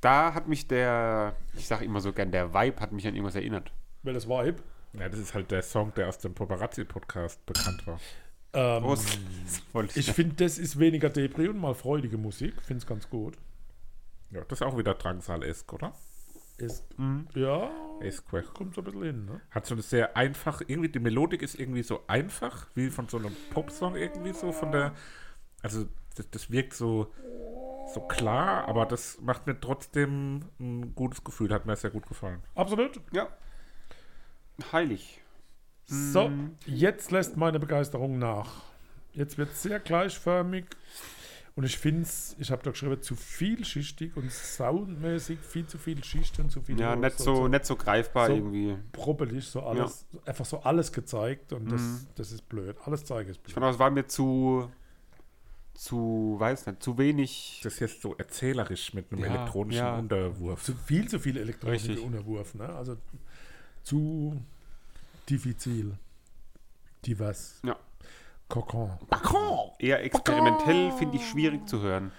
S3: Da hat mich der, ich sage immer so gern, der Vibe hat mich an irgendwas erinnert.
S2: Welches Vibe?
S1: Ja, das ist halt der Song, der aus dem Paparazzi-Podcast bekannt war.
S2: Ähm,
S3: Prost. Das wollte ich
S2: Ich finde, das ist weniger Depri und mal freudige Musik. Finde es ganz gut.
S1: Ja, das ist auch wieder Drangsal-esk, oder?
S2: Ist, Ja,
S1: Esk.
S2: kommt so ein bisschen hin. Ne?
S1: Hat so eine sehr einfach, irgendwie, die Melodik ist irgendwie so einfach, wie von so einem Popsong irgendwie so von der, also das, das wirkt so, so klar, aber das macht mir trotzdem ein gutes Gefühl, hat mir sehr gut gefallen.
S2: Absolut.
S3: Ja. Heilig.
S2: So,
S3: Mhm.
S2: jetzt lässt meine Begeisterung nach. Jetzt wird es sehr gleichförmig. Und ich finde es, ich habe da geschrieben, zu vielschichtig und soundmäßig viel zu viel Schicht und zu viel.
S3: Ja, nicht so, nicht so greifbar
S2: So.
S3: irgendwie.
S2: proppelig, so alles, einfach so alles gezeigt und das,
S3: Mhm.
S2: das ist blöd. Alles zeige ist
S3: Ich
S2: blöd.
S3: fand, auch, es war mir zu, zu, weiß nicht, zu wenig.
S1: Das ist jetzt so erzählerisch mit einem
S3: Ja,
S1: elektronischen
S3: ja.
S1: Unterwurf.
S2: Zu viel zu viel elektronische
S3: Richtig.
S2: Unterwurf, ne? Also zu diffizil. Divers.
S3: Ja.
S2: Kokon.
S3: Eher experimentell finde ich schwierig zu hören.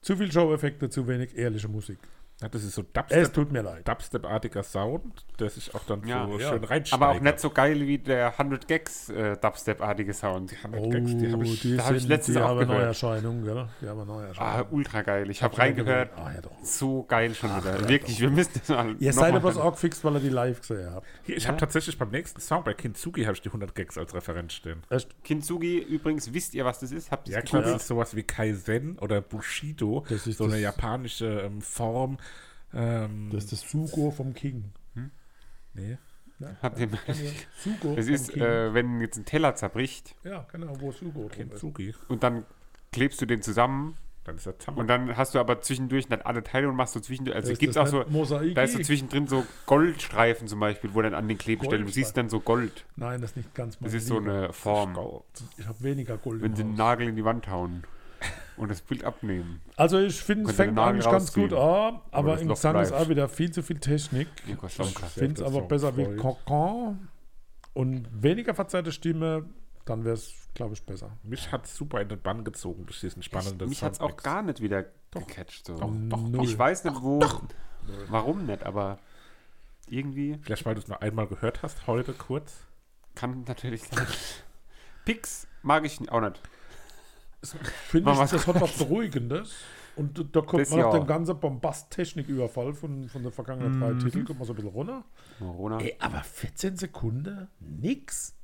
S2: Zu viel Show-Effekte, zu wenig ehrliche Musik.
S1: Ja, das ist so
S2: Es
S1: Dubstep,
S2: tut mir leid.
S1: Dubstep-artiger Sound, der sich auch dann
S3: Ja,
S1: so
S2: ja.
S1: schön reinsteigt.
S3: Aber auch nicht so geil wie der 100 Gags äh, Dubstep-artige Sound.
S1: Oh, Gags, die hab ich,
S2: die
S3: da hab ich
S2: sind-
S3: letztens
S2: die
S3: auch
S2: haben
S3: gehört.
S2: Neuerscheinungen, gell? Die haben Neuerscheinungen.
S3: Ah, ultra geil. Ich habe reingehört.
S2: Ah, ja, doch.
S3: So geil schon wieder. Wirklich, wir müssen das mal.
S2: Ihr
S3: noch
S2: seid
S3: mal
S2: aber so
S3: hören.
S2: angefixt, weil ihr die live gesehen habt.
S1: Hier, ich habe tatsächlich beim nächsten Sound bei Kintsugi habe ich die 100 Gags als Referenz stehen.
S2: Echt?
S3: Kintsugi, übrigens, wisst ihr, was das ist? Habt ihr
S1: Ja,
S3: es
S1: klar,
S3: gegoogelt?
S1: das ist sowas wie Kaizen oder Bushido,
S2: Das ist
S1: so eine
S2: das-
S1: japanische ähm, Form. Ähm,
S2: Das ist das Sugo vom King.
S1: nee.
S3: Habt ihr
S2: Sugo
S3: Das ist,
S2: vom King.
S3: äh, wenn jetzt ein Teller zerbricht
S2: ja, genau, wo Sugo drin ist.
S1: Kintsugi.
S3: und dann klebst du den zusammen
S1: Dann ist der
S3: und
S1: Zamba.
S3: dann hast du aber zwischendurch nicht alle Teile und machst du zwischendurch. Also
S2: Da
S3: es
S2: ist
S3: gibt auch
S2: das
S3: so.
S2: nicht Mosaik.
S3: Da ist so zwischendrin so Goldstreifen zum Beispiel, wo dann an den Klebstellen. Du siehst dann so Gold.
S2: Nein, das ist nicht ganz mein
S3: Das ist so
S2: Lieber.
S3: eine Form.
S2: Ich habe weniger Gold.
S3: Wenn
S2: im
S3: sie einen
S2: Haus.
S3: Nagel in die Wand hauen und das Bild abnehmen.
S2: also ich finde, es
S3: Könnt ihr den
S2: fängt
S3: Nagel
S2: eigentlich ganz gut
S3: rauskriegen.
S2: an, aber
S3: das
S2: im
S3: Loch
S2: Gesang ist
S3: bleibt.
S2: auch wieder viel zu viel Technik.
S3: Jugoslawka.
S2: Ich finde es
S1: der
S2: aber
S1: Song
S2: besser wie
S1: Freud.
S2: Kokon und weniger verzerrte Stimme, dann wäre es, glaube ich, besser.
S1: Mich hat super in den Bann gezogen durch diesen spannenden
S3: Mich hat es auch
S1: Soundmix.
S3: gar nicht wieder gecatcht. So.
S1: Doch,
S2: Null.
S3: Ich weiß nicht, wo, warum nicht, aber irgendwie
S1: Vielleicht, weil du es nur einmal gehört hast, heute kurz.
S3: kann natürlich sein. Pix mag ich auch nicht.
S2: Finde
S3: Mach
S2: ich,
S3: was
S2: das hat was Beruhigendes. Und da- da kommt
S3: Das
S2: man auf
S3: ja.
S2: den ganzen Bombast-Technik-Überfall von, von den vergangenen
S1: Mhm.
S2: drei Titeln, kommt man so ein bisschen runter.
S3: Corona.
S2: Ey, aber 14 Sekunden, nix.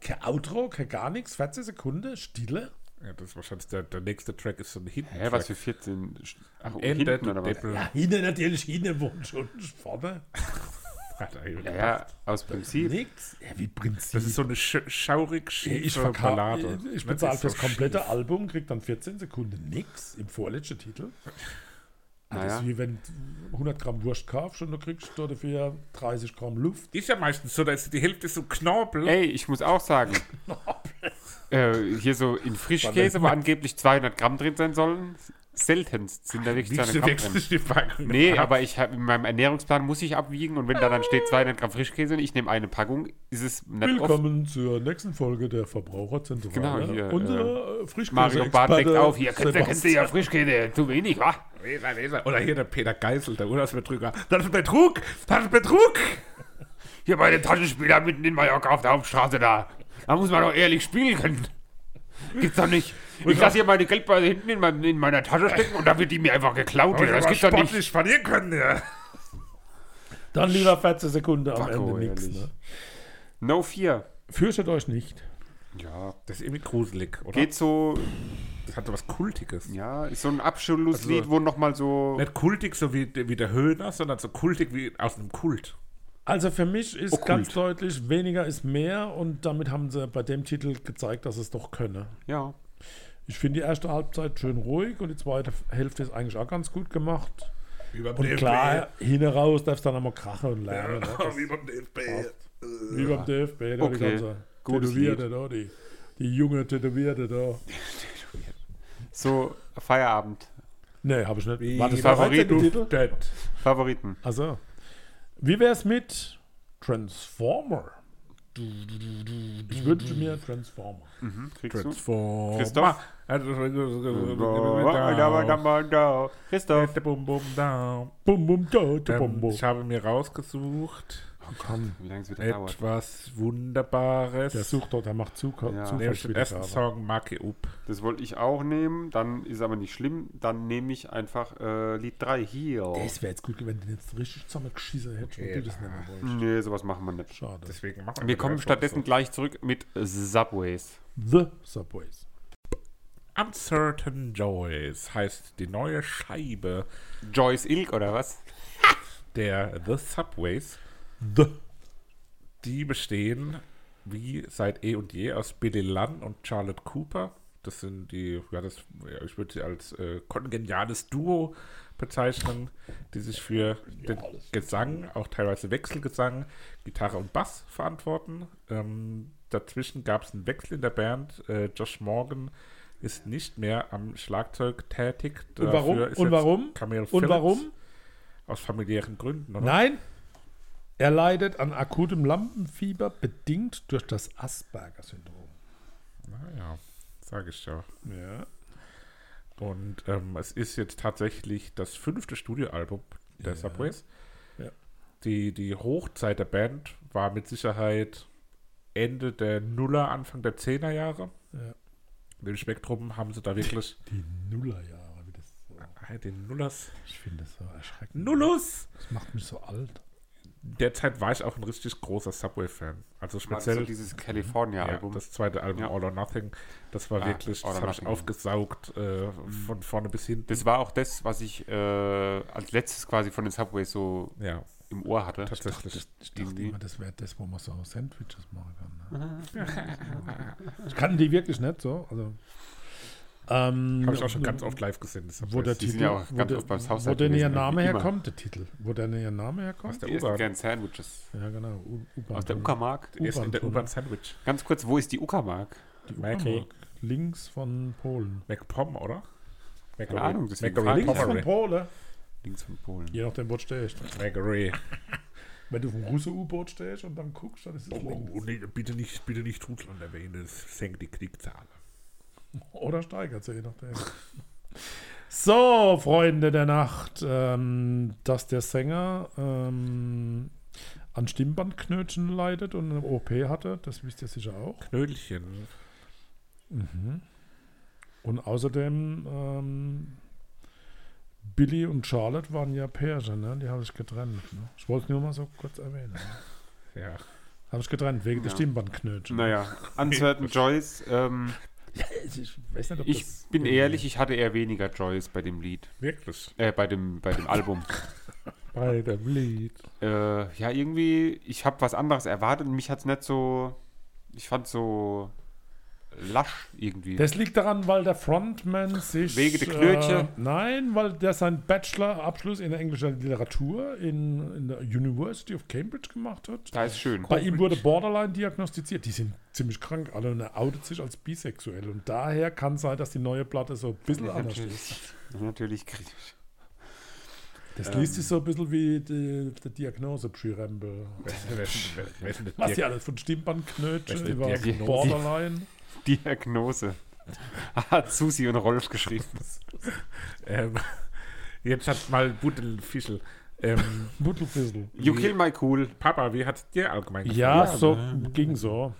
S2: Kein Outro, kein gar nichts, 14 Sekunden, Stille.
S1: Ja, das ist wahrscheinlich der, der nächste Track ist so ein Hit.
S3: Hä, was für 14? Ach,
S1: Ende
S3: hinten oder was?
S1: Depri-
S2: Ja, hinten natürlich, hinten wohnt schon vorne.
S1: Hat er
S3: Ja,
S1: gedacht.
S3: ja, aus Prinzip.
S2: Nix. Ja, wie Prinzip.
S1: Das ist so eine sch schaurig schiefe
S2: ich verkaufe.
S1: Ballade. Ne?
S2: Ich, ich
S1: Das
S2: bezahle
S1: ist
S2: fürs
S1: so
S2: komplette
S1: schief.
S2: Album, krieg dann 14 Sekunden nix im vorletzten Titel. Ah, Das ist
S3: Naja.
S2: wie wenn du 100 Gramm Wurst kaufst und du kriegst dort dafür 30 Gramm Luft.
S1: Ist ja meistens so, dass die Hälfte ist so Knorpel.
S3: Ey, ich muss auch sagen, äh, hier so in Frischkäse, wo angeblich 200 Gramm drin sein sollen, seltenst sind da wirklich
S1: Wiegst
S3: 200
S1: du
S3: Gramm drin.
S1: wirklich die Packung?
S3: Nee,
S1: ab?
S3: aber ich hab, in meinem Ernährungsplan muss ich abwiegen und wenn da dann steht 200 Gramm Frischkäse und ich nehme eine Packung, ist es nicht oft.
S2: Willkommen zur nächsten Folge der Verbraucherzentrale.
S3: Genau, hier,
S2: Unsere äh, Frischkäse.
S3: Mario Barth deckt auf, hier kennst du- kennst du ja Frischkäse, zu wenig, wa?
S1: Leser, Leser. Oder hier der Peter Geisel, der Urlaubsbetrüger. Das ist Betrug! Das ist Betrug!
S3: Hier bei den Taschenspielern mitten in Mallorca auf der Hauptstraße da. Da muss man doch ehrlich spielen können. Gibt's doch nicht. Ich lasse hier meine Geldbörse hinten in, meinem, in meiner Tasche stecken und da wird die mir einfach geklaut.
S1: Aber
S3: hier. Das
S1: das
S3: gibt's doch nicht.
S1: sportlich verlieren können, ja.
S2: Dann lieber 14 Sekunden am
S3: Paco,
S2: Ende nix.
S3: ehrlich.
S2: Ne?
S3: No 4.
S2: Fürchtet euch nicht.
S3: Ja.
S1: Das ist irgendwie gruselig, oder?
S3: Geht so,
S1: Das hat so was Kultiges.
S3: ja, ist so ein Abschlusslied,
S1: Also-
S3: wo nochmal so.
S1: Nicht kultig so wie, wie der Höhner, sondern so kultig wie aus einem Kult.
S2: Also für mich ist
S3: Okkult.
S2: ganz deutlich, weniger ist mehr und damit haben sie bei dem Titel gezeigt, dass es doch könne.
S3: Ja.
S2: Ich finde die erste Halbzeit schön ruhig und die zweite Hälfte ist eigentlich auch ganz gut gemacht.
S1: Wie beim
S2: Und klar, hin und raus darfst du dann einmal krachen und lernen. Ne? Das,
S1: wie beim DFB.
S2: wie beim DFB, da die
S3: Okay,
S2: ganze
S3: gutes
S2: Tätowierte da, die, die junge Tätowierte da.
S3: So Feierabend.
S2: Nee, habe ich nicht.
S1: Wie
S2: War das der
S3: Favorit
S2: 13. Titel?
S1: Das.
S3: Favoriten.
S2: Also, wie wäre es mit Transformer? Ich wünsche mir Transformer.
S3: Hm, kriegst du?
S1: Transform.
S3: Christoph? Christoph.
S1: Bum, bum, da.
S2: Bum, bum, da, da, bum,
S1: Ähm,
S2: bum.
S1: ich habe mir rausgesucht
S2: Komm,
S3: Oh Wie lange es wieder dauert.
S1: etwas Wunderbares.
S2: der sucht dort, der macht Zug.
S3: Ja.
S2: Zufall
S1: Nämlich den
S2: wieder
S1: ersten
S2: Farbe.
S1: Song Marke Up.
S3: Das wollte ich auch nehmen, dann ist aber nicht schlimm. Dann nehme ich einfach äh, Lied 3 hier.
S2: Das wäre jetzt gut, gewesen, wenn du jetzt richtig zusammengeschissen hättest und
S1: Ja.
S2: du das nehmen wolltest.
S3: Nee, sowas machen wir nicht.
S2: Schade.
S1: Deswegen machen
S3: Wir kommen stattdessen gleich zurück mit Subways.
S2: The Subways.
S1: Uncertain Joys heißt die neue Scheibe
S3: Joyce Ilk oder was?
S1: der The Subways.
S2: The.
S1: Die bestehen wie seit eh und je aus Billy Lunn und Charlotte Cooper. Das sind die, ja, das, ja, ich würde sie als äh, kongeniales Duo bezeichnen, die sich für den Gesang, auch teilweise Wechselgesang, Gitarre und Bass verantworten. Ähm, dazwischen gab es einen Wechsel in der Band. Äh, Josh Morgan ist nicht mehr am Schlagzeug tätig.
S2: Und warum?
S1: Dafür ist
S2: Und
S1: jetzt
S2: warum?
S1: Camille
S2: Und
S1: Phillips
S2: warum?
S1: Aus familiären Gründen, oder?
S2: Nein. Er leidet an akutem Lampenfieber, bedingt durch das Asperger-Syndrom.
S1: Naja, sage ich ja.
S2: Ja.
S1: Und ähm, es ist jetzt tatsächlich das fünfte Studioalbum der
S2: Ja.
S1: Subways.
S2: Ja.
S1: Die, die Hochzeit der Band war mit Sicherheit Ende der Nuller, Anfang der Zehner Jahre.
S2: Ja.
S1: In dem Spektrum haben sie da wirklich
S2: Die Nullerjahre, wie das so.
S1: Ah, den Nullers.
S2: Ich finde das so erschreckend.
S1: Nullus!
S2: Das macht mich so alt.
S1: Derzeit war ich auch ein richtig großer Subway-Fan. Also
S3: War das so
S1: speziell
S3: dieses
S1: ja,
S3: California-Album.
S1: das zweite Album
S3: Mhm. Ja.
S1: All or Nothing. Das war
S3: Ah,
S1: wirklich,
S3: All
S1: das
S3: or
S1: habe ich
S3: Nothing, Mhm. ja.
S1: aufgesaugt äh, von vorne bis hinten.
S3: Das war auch das, was ich äh, als letztes quasi von den Subways so
S1: ja,
S3: im Ohr hatte.
S1: tatsächlich.
S2: Ich dachte
S3: Irgendwie.
S2: immer, das wäre das, wo man so Sandwiches machen kann. Ne? ich kann die wirklich nicht so. Also, ähm,
S1: Habe ich auch schon ganz oft live gesehen. Das
S2: Wo der
S1: Subways.
S3: Die sind
S2: Titel,
S3: ja auch
S2: wo,
S3: ganz
S2: der,
S3: oft beim Southside
S2: wo denn ihr
S3: gewesen,
S2: Name
S3: wie immer.
S2: herkommt, der Titel. Wo denn ihr Name
S1: Aus
S2: herkommt?
S1: der
S3: Die ersten
S1: U-Bahn.
S3: kleinen Sandwiches.
S2: Ja, genau. U U-Bahn.
S3: Aus der Uckermark.
S1: Die ist in der
S2: U-Bahn-Tunnel.
S1: U-Bahn-Sandwich.
S3: Ganz kurz, wo ist die Uckermark?
S2: Die
S1: Merkel.
S2: Uckermark. Links von Polen.
S1: MacPom, oder?
S3: Keine Ahnung, deswegen
S1: McGarry.
S3: frage
S1: Pommery.
S2: Polen?
S3: Links von Polen.
S2: Je nachdem, wo du stehst.
S1: McGarry.
S2: Wenn du vom Russe-U-Boot stehst und dann guckst, dann ist es links.
S1: Oh, nee, bitte nicht, bitte nicht Russland erwähnen, das senkt die Kriegszahlen.
S2: Oder steigert sie, je nachdem. So, Freunde der Nacht, ähm, dass der Sänger ähm, an Stimmbandknötchen leidet und eine OP hatte, das wisst ihr sicher auch.
S3: Mhm.
S1: Knödelchen.
S2: Und außerdem ähm, Billy und Charlotte waren ja Pärchen, ne? die habe ich getrennt. Ne? Ich wollte es nur mal so kurz erwähnen. Ne?
S1: Ja.
S2: Habe ich getrennt, wegen der
S3: Ja.
S2: Stimmbandknötchen.
S3: Naja, Uncertain Joyce. Ähm,
S2: Ja, ich weiß nicht, ob
S3: ich
S2: das
S3: bin ehrlich, ich hatte eher weniger Joyce bei dem Lied.
S1: Wirklich.
S3: Äh, bei dem, bei dem Album.
S1: Bei dem Lied.
S3: äh, ja, irgendwie, ich habe was anderes erwartet und mich hat es nicht so. Ich fand so lasch irgendwie.
S2: Das liegt daran, weil der Frontman sich.
S3: Wegen der Knötche?
S2: Äh, nein, weil der seinen Bachelor-Abschluss in der englischen Literatur in, in der University of Cambridge gemacht hat.
S3: da ist schön.
S2: Bei ihm wurde Borderline diagnostiziert. Die sind ziemlich krank alle und er outet sich als bisexuell. Und daher kann sein, dass die neue Platte so ein bisschen anders ist.
S3: Natürlich, natürlich kritisch.
S2: Das liest sich so ein bisschen wie die, die Diagnose Pre-Ramble. Was die
S1: Was
S2: alles von Stimmbandknötchen
S1: Beste
S2: über
S1: Diagnose.
S2: Borderline.
S3: Diagnose. Hat Susi und Rolf geschrieben.
S1: ähm, jetzt hat mal Budel Fischel. Ähm,
S2: Buddelfissel.
S3: You
S1: Wie-
S3: kill my cool.
S1: Papa, wie hat es dir allgemein
S2: Ja, so ging so.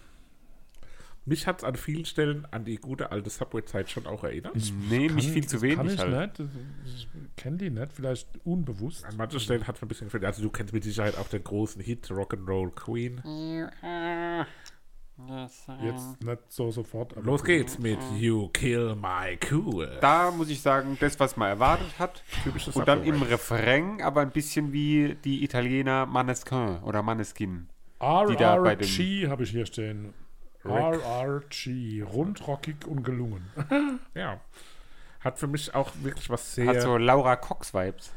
S1: Mich hat es an vielen Stellen an die gute alte Subway-Zeit schon auch erinnert.
S3: Nee, mich viel zu
S2: das kann
S3: wenig
S2: ich
S3: halt.
S2: nicht. Ich kenne die nicht, vielleicht unbewusst.
S1: An manchen Stellen hat es mir ein bisschen gefällt. Also du kennst mit Sicherheit auch den großen Hit Rock'n'Roll Queen.
S2: Jetzt nicht so sofort. aber
S1: Los
S2: gut.
S1: geht's mit You Kill My Cool.
S3: Da muss ich sagen, das, was man erwartet hat.
S1: Typisches
S3: Und dann
S1: Subway.
S3: im Refrain, aber ein bisschen wie die Italiener Maneskin oder Maneskin. Die da bei dem-
S2: RRG habe ich hier stehen. RRG. Rundrockig und gelungen.
S1: Ja. Hat für mich auch wirklich was
S3: Hat
S1: sehr.
S3: so Laura Cox-Vibes.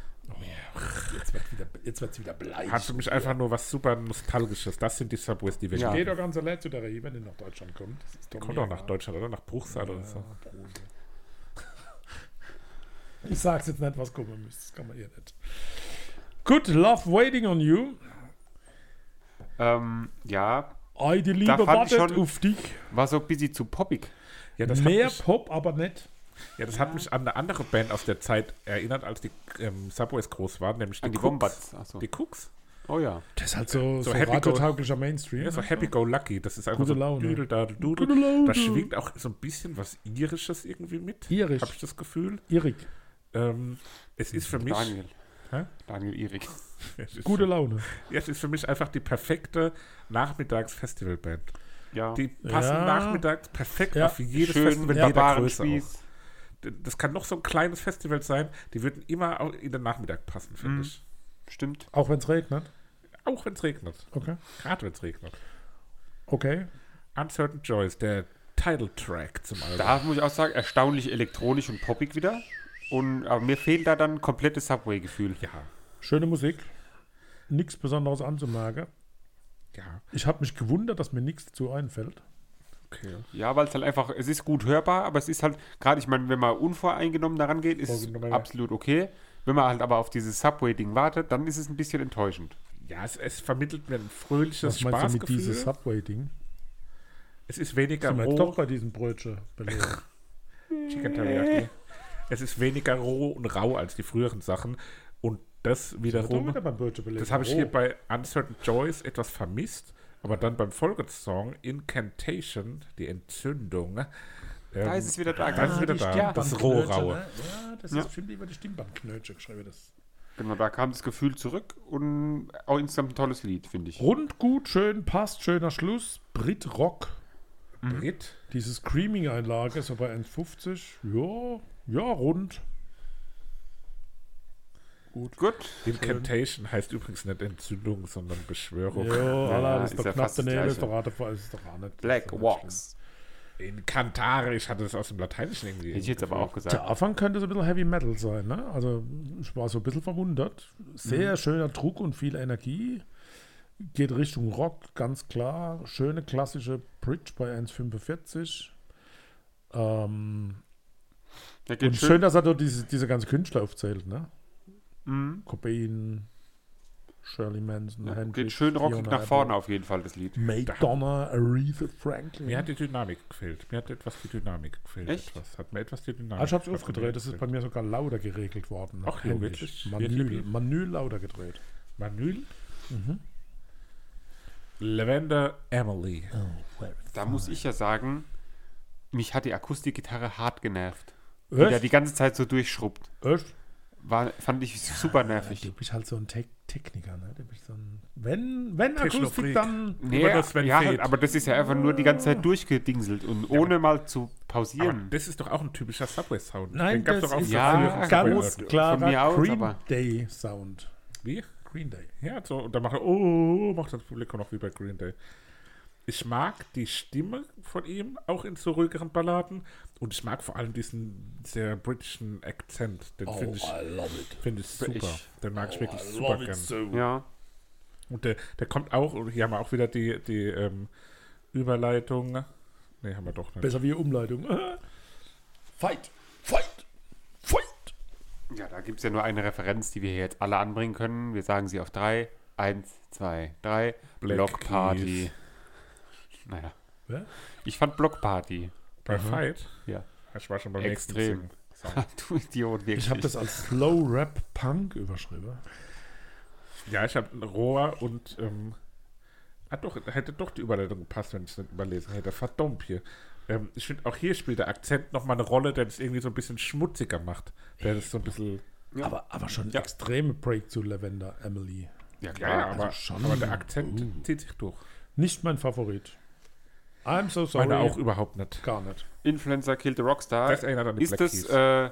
S2: Jetzt wird wieder, jetzt wird's wieder bleich.
S1: Hat für mich einfach nur was super Nostalgisches. Das sind die Subways, die wir
S3: Ja.
S1: ja.
S2: Geht
S1: kennen.
S2: doch ganz allein zu der Rehe, wenn die nach Deutschland kommt. Das ist doch
S1: Kommt
S2: mir
S1: auch nach
S2: egal.
S1: Deutschland oder nach Bruchsal oder so.
S2: Ich sag's jetzt nicht, was kommen müsste. Das kann man ihr nicht. Good Love Waiting on You.
S3: Ähm, ja,
S2: Ei, die
S3: Da
S2: Liebe
S3: fand ich
S2: wartet
S3: schon-
S2: auf dich.
S3: war so ein bisschen zu poppig.
S1: Ja, das, hat
S2: Mehr
S1: mich,
S2: Pop, aber nicht.
S1: ja, das hat mich an eine andere Band aus der Zeit erinnert, als die ähm, Subways groß waren, nämlich die,
S3: An die
S1: Cooks.
S3: Wombats. Achso.
S1: Die Cooks.
S3: Oh ja.
S2: Das ist halt so, so,
S1: So happy go-
S2: radiotauglicher Mainstream.
S1: Ja, so happy go lucky. Das ist einfach
S2: Gute
S1: so
S2: Laune.
S1: Dudel, dadel, dudel.
S2: Gute Laune.
S1: Da schwingt auch so ein bisschen was Irisches irgendwie mit.
S2: Irisch.
S1: Habe ich das Gefühl.
S2: Irrig.
S1: Ähm, es ist für mich.
S3: Daniel.
S1: Hä?
S3: Daniel Irik.
S1: Es ist
S2: Gute
S1: für,
S2: Laune.
S1: ja, es ist für mich einfach die perfekte Nachmittagsfestivalband.
S3: Ja.
S1: Die passen
S2: Ja.
S1: nachmittags perfekt
S2: Ja.
S1: auf jedes
S3: Schön
S1: Festival
S2: ja,
S1: jeder
S3: wunderbaren
S1: Größe. auf.
S3: Spieß.
S1: D- Das kann noch so ein kleines Festival sein, die würden immer au- in den Nachmittag passen, finde
S3: Mhm.
S1: ich.
S3: Stimmt.
S2: Auch wenn es regnet.
S1: Auch wenn es regnet.
S2: Okay.
S1: Gerade wenn es regnet.
S2: Okay.
S1: Uncertain Joys, der Titeltrack zum Album.
S3: Da muss ich auch sagen, erstaunlich elektronisch und poppig wieder. Und, aber mir fehlt da dann ein komplettes Subway-Gefühl.
S1: Ja,
S2: Schöne Musik. Nichts Besonderes anzumerken.
S1: ja,
S2: Ich habe mich gewundert, dass mir nichts dazu einfällt.
S1: okay.
S3: Ja, weil es halt einfach, es ist gut hörbar, aber es ist halt, gerade ich meine, wenn man unvoreingenommen daran geht, ist es
S2: Vorgenommen, ja.
S3: absolut okay. Wenn man halt aber auf dieses Subway-Ding wartet, dann ist es ein bisschen enttäuschend.
S1: Ja, es, es vermittelt mir ein fröhliches
S2: Was meinst du mit diesem
S1: Spaßgefühl.
S2: Subway-Ding?
S1: Es ist weniger
S2: Sind wir jetzt doch
S1: roh.
S2: bei diesem Brötchen belegt.
S1: Chicken
S3: Äh.
S1: Teriyaki. Es ist weniger roh und rau als die früheren Sachen. Und das wiederum,
S2: beim Brötchen belegt.
S1: das habe ich hier
S2: Oh.
S1: bei Uncertain Joys etwas vermisst. Aber dann beim Folgesong Incantation, die Entzündung.
S3: Da
S1: ähm,
S3: ist es wieder da.
S1: da ist es wieder
S2: die
S1: da. Das Rohraue.
S2: Stimmbandknötchen, ne? Ja, das
S3: Ja.
S2: ist bestimmt über die Stimmbandknötchen geschrieben. Das.
S3: Genau, da kam das Gefühl zurück und auch insgesamt ein tolles Lied, finde ich.
S2: Rund, gut, schön, passt, schöner Schluss. Brit Rock.
S1: Brit.
S2: Diese Screaming-Einlage ist aber 1,50. Ja, ja, rund.
S3: Gut.
S1: Incantation heißt übrigens nicht Entzündung, sondern Beschwörung.
S2: Ja, Alter, das
S3: ist
S2: ist doch
S3: ja
S2: knapp
S3: fast das
S2: daneben. Ist
S3: Gleiche.
S2: doch, auch nicht- ist doch auch nicht.
S3: Black
S2: ist doch nicht
S3: Walks.
S1: Incantare, ich hatte das aus dem Lateinischen irgendwie.
S3: Hätte ich jetzt aber auch
S2: schlimm.
S3: gesagt.
S2: Der Anfang könnte so ein bisschen Heavy Metal sein, ne? Also, ich war so ein bisschen verwundert. Sehr
S3: Mhm.
S2: schöner Druck und viel Energie. Geht Richtung Rock, ganz klar. Schöne klassische Bridge bei 1,45. Ähm,
S3: Da geht
S2: und schön, dass er dort diese, diese ganzen Künstler aufzählt, ne?
S3: Mhm.
S2: Cobain, Shirley Manson,
S3: Ja,
S2: Hendrix,
S3: geht schön rockig
S2: Fiona
S3: nach vorne
S2: Apple,
S3: auf jeden Fall, das Lied.
S2: Madonna, Aretha Franklin.
S1: Mir hat die Dynamik gefehlt. Mir hat etwas die Dynamik gefehlt.
S3: Echt?
S1: Etwas. Hat mir etwas die Dynamik
S2: Ah, ich hab's
S1: hat mir
S2: aufgedreht, das ist
S1: gefehlt.
S2: bei mir sogar lauter geregelt worden.
S1: Ach ja,
S2: Händisch.
S1: wirklich?
S2: Manül,
S1: Wirklich?
S2: Manül lauter gedreht.
S1: Manül.
S2: Mhm.
S1: Lavender Emily.
S2: Oh,
S3: Da muss ich ja sagen, mich hat die Akustikgitarre hart genervt. Die da
S2: Echt?
S3: die ganze Zeit so durchschrubbt.
S2: Echt?
S3: War, fand ich super nervig.
S2: Du bist halt so ein Tech- Techniker, ne? Du bist so ein, wenn, wenn Akustik,
S1: Technofreak.
S2: dann.
S3: Nee,
S1: Immer das, wenn
S3: ja,
S1: fehlt.
S3: aber das ist ja einfach nur die ganze Zeit durchgedingselt und ohne mal zu
S1: Aber
S3: pausieren.
S1: das ist doch auch ein typischer Subway-Sound.
S2: Nein,
S1: Den gab's
S2: das
S1: doch auch
S2: ist
S1: so
S3: Ja,
S1: früher
S2: ein
S1: im
S2: ganz
S1: Subway-Audio.
S3: Von mir
S2: klarer
S3: aus,
S2: Green
S3: aber-
S2: Day Sound.
S1: Wie?
S2: Green Day.
S1: Ja, so, und dann macht er, oh, macht das Publikum auch wie bei Green Day. Ich mag die Stimme von ihm, auch in so ruhigeren Balladen. Und ich mag vor allem diesen sehr britischen Akzent.
S2: Oh,
S1: Den finde ich,
S2: love it.
S1: find ich super.
S3: Ich-
S1: den mag ich wirklich
S2: Oh, I
S1: super
S2: love it
S1: gern.
S2: so.
S3: Ja.
S1: Und der, der kommt auch, und hier haben wir auch wieder die, die ähm, Überleitung. Ne, haben wir doch nicht.
S2: Besser wie Umleitung. Fight! Fight! Fight!
S3: Ja, da gibt es ja nur eine Referenz, die wir hier jetzt alle anbringen können. Wir sagen sie auf drei. Eins, zwei, drei.
S1: Black
S3: Block Party.
S1: Keys.
S3: Naja.
S2: Hä?
S3: Ich fand Block Party.
S1: Bei Fight.
S3: Ja.
S1: Ich war schon beim
S3: Extrem.
S1: nächsten Singen.
S3: du Idiot, wirklich.
S2: Ich habe das als Slow Rap Punk überschrieben.
S1: Ja, ich habe Rohr und. Ähm, hat doch, hätte doch die Überleitung gepasst, wenn ich es nicht überlesen hätte. Verdammt hier. Ähm, ich finde, auch hier spielt der Akzent nochmal eine Rolle, der das irgendwie so ein bisschen schmutziger macht. Der das so ein bisschen.
S2: Aber, aber schon extreme Break zu Lavender Emily.
S3: Ja,
S1: Ja,
S3: klar.
S1: ja
S2: also
S1: aber,
S2: schon.
S1: aber der Akzent
S2: Uh.
S1: zieht sich durch.
S2: Nicht mein Favorit. I'm so sorry.
S1: Meine auch überhaupt nicht.
S2: gar nicht.
S3: Influencer Killed the Rockstar.
S1: Das erinnert an die
S3: ist
S1: Black
S3: das
S1: Keys.
S3: äh,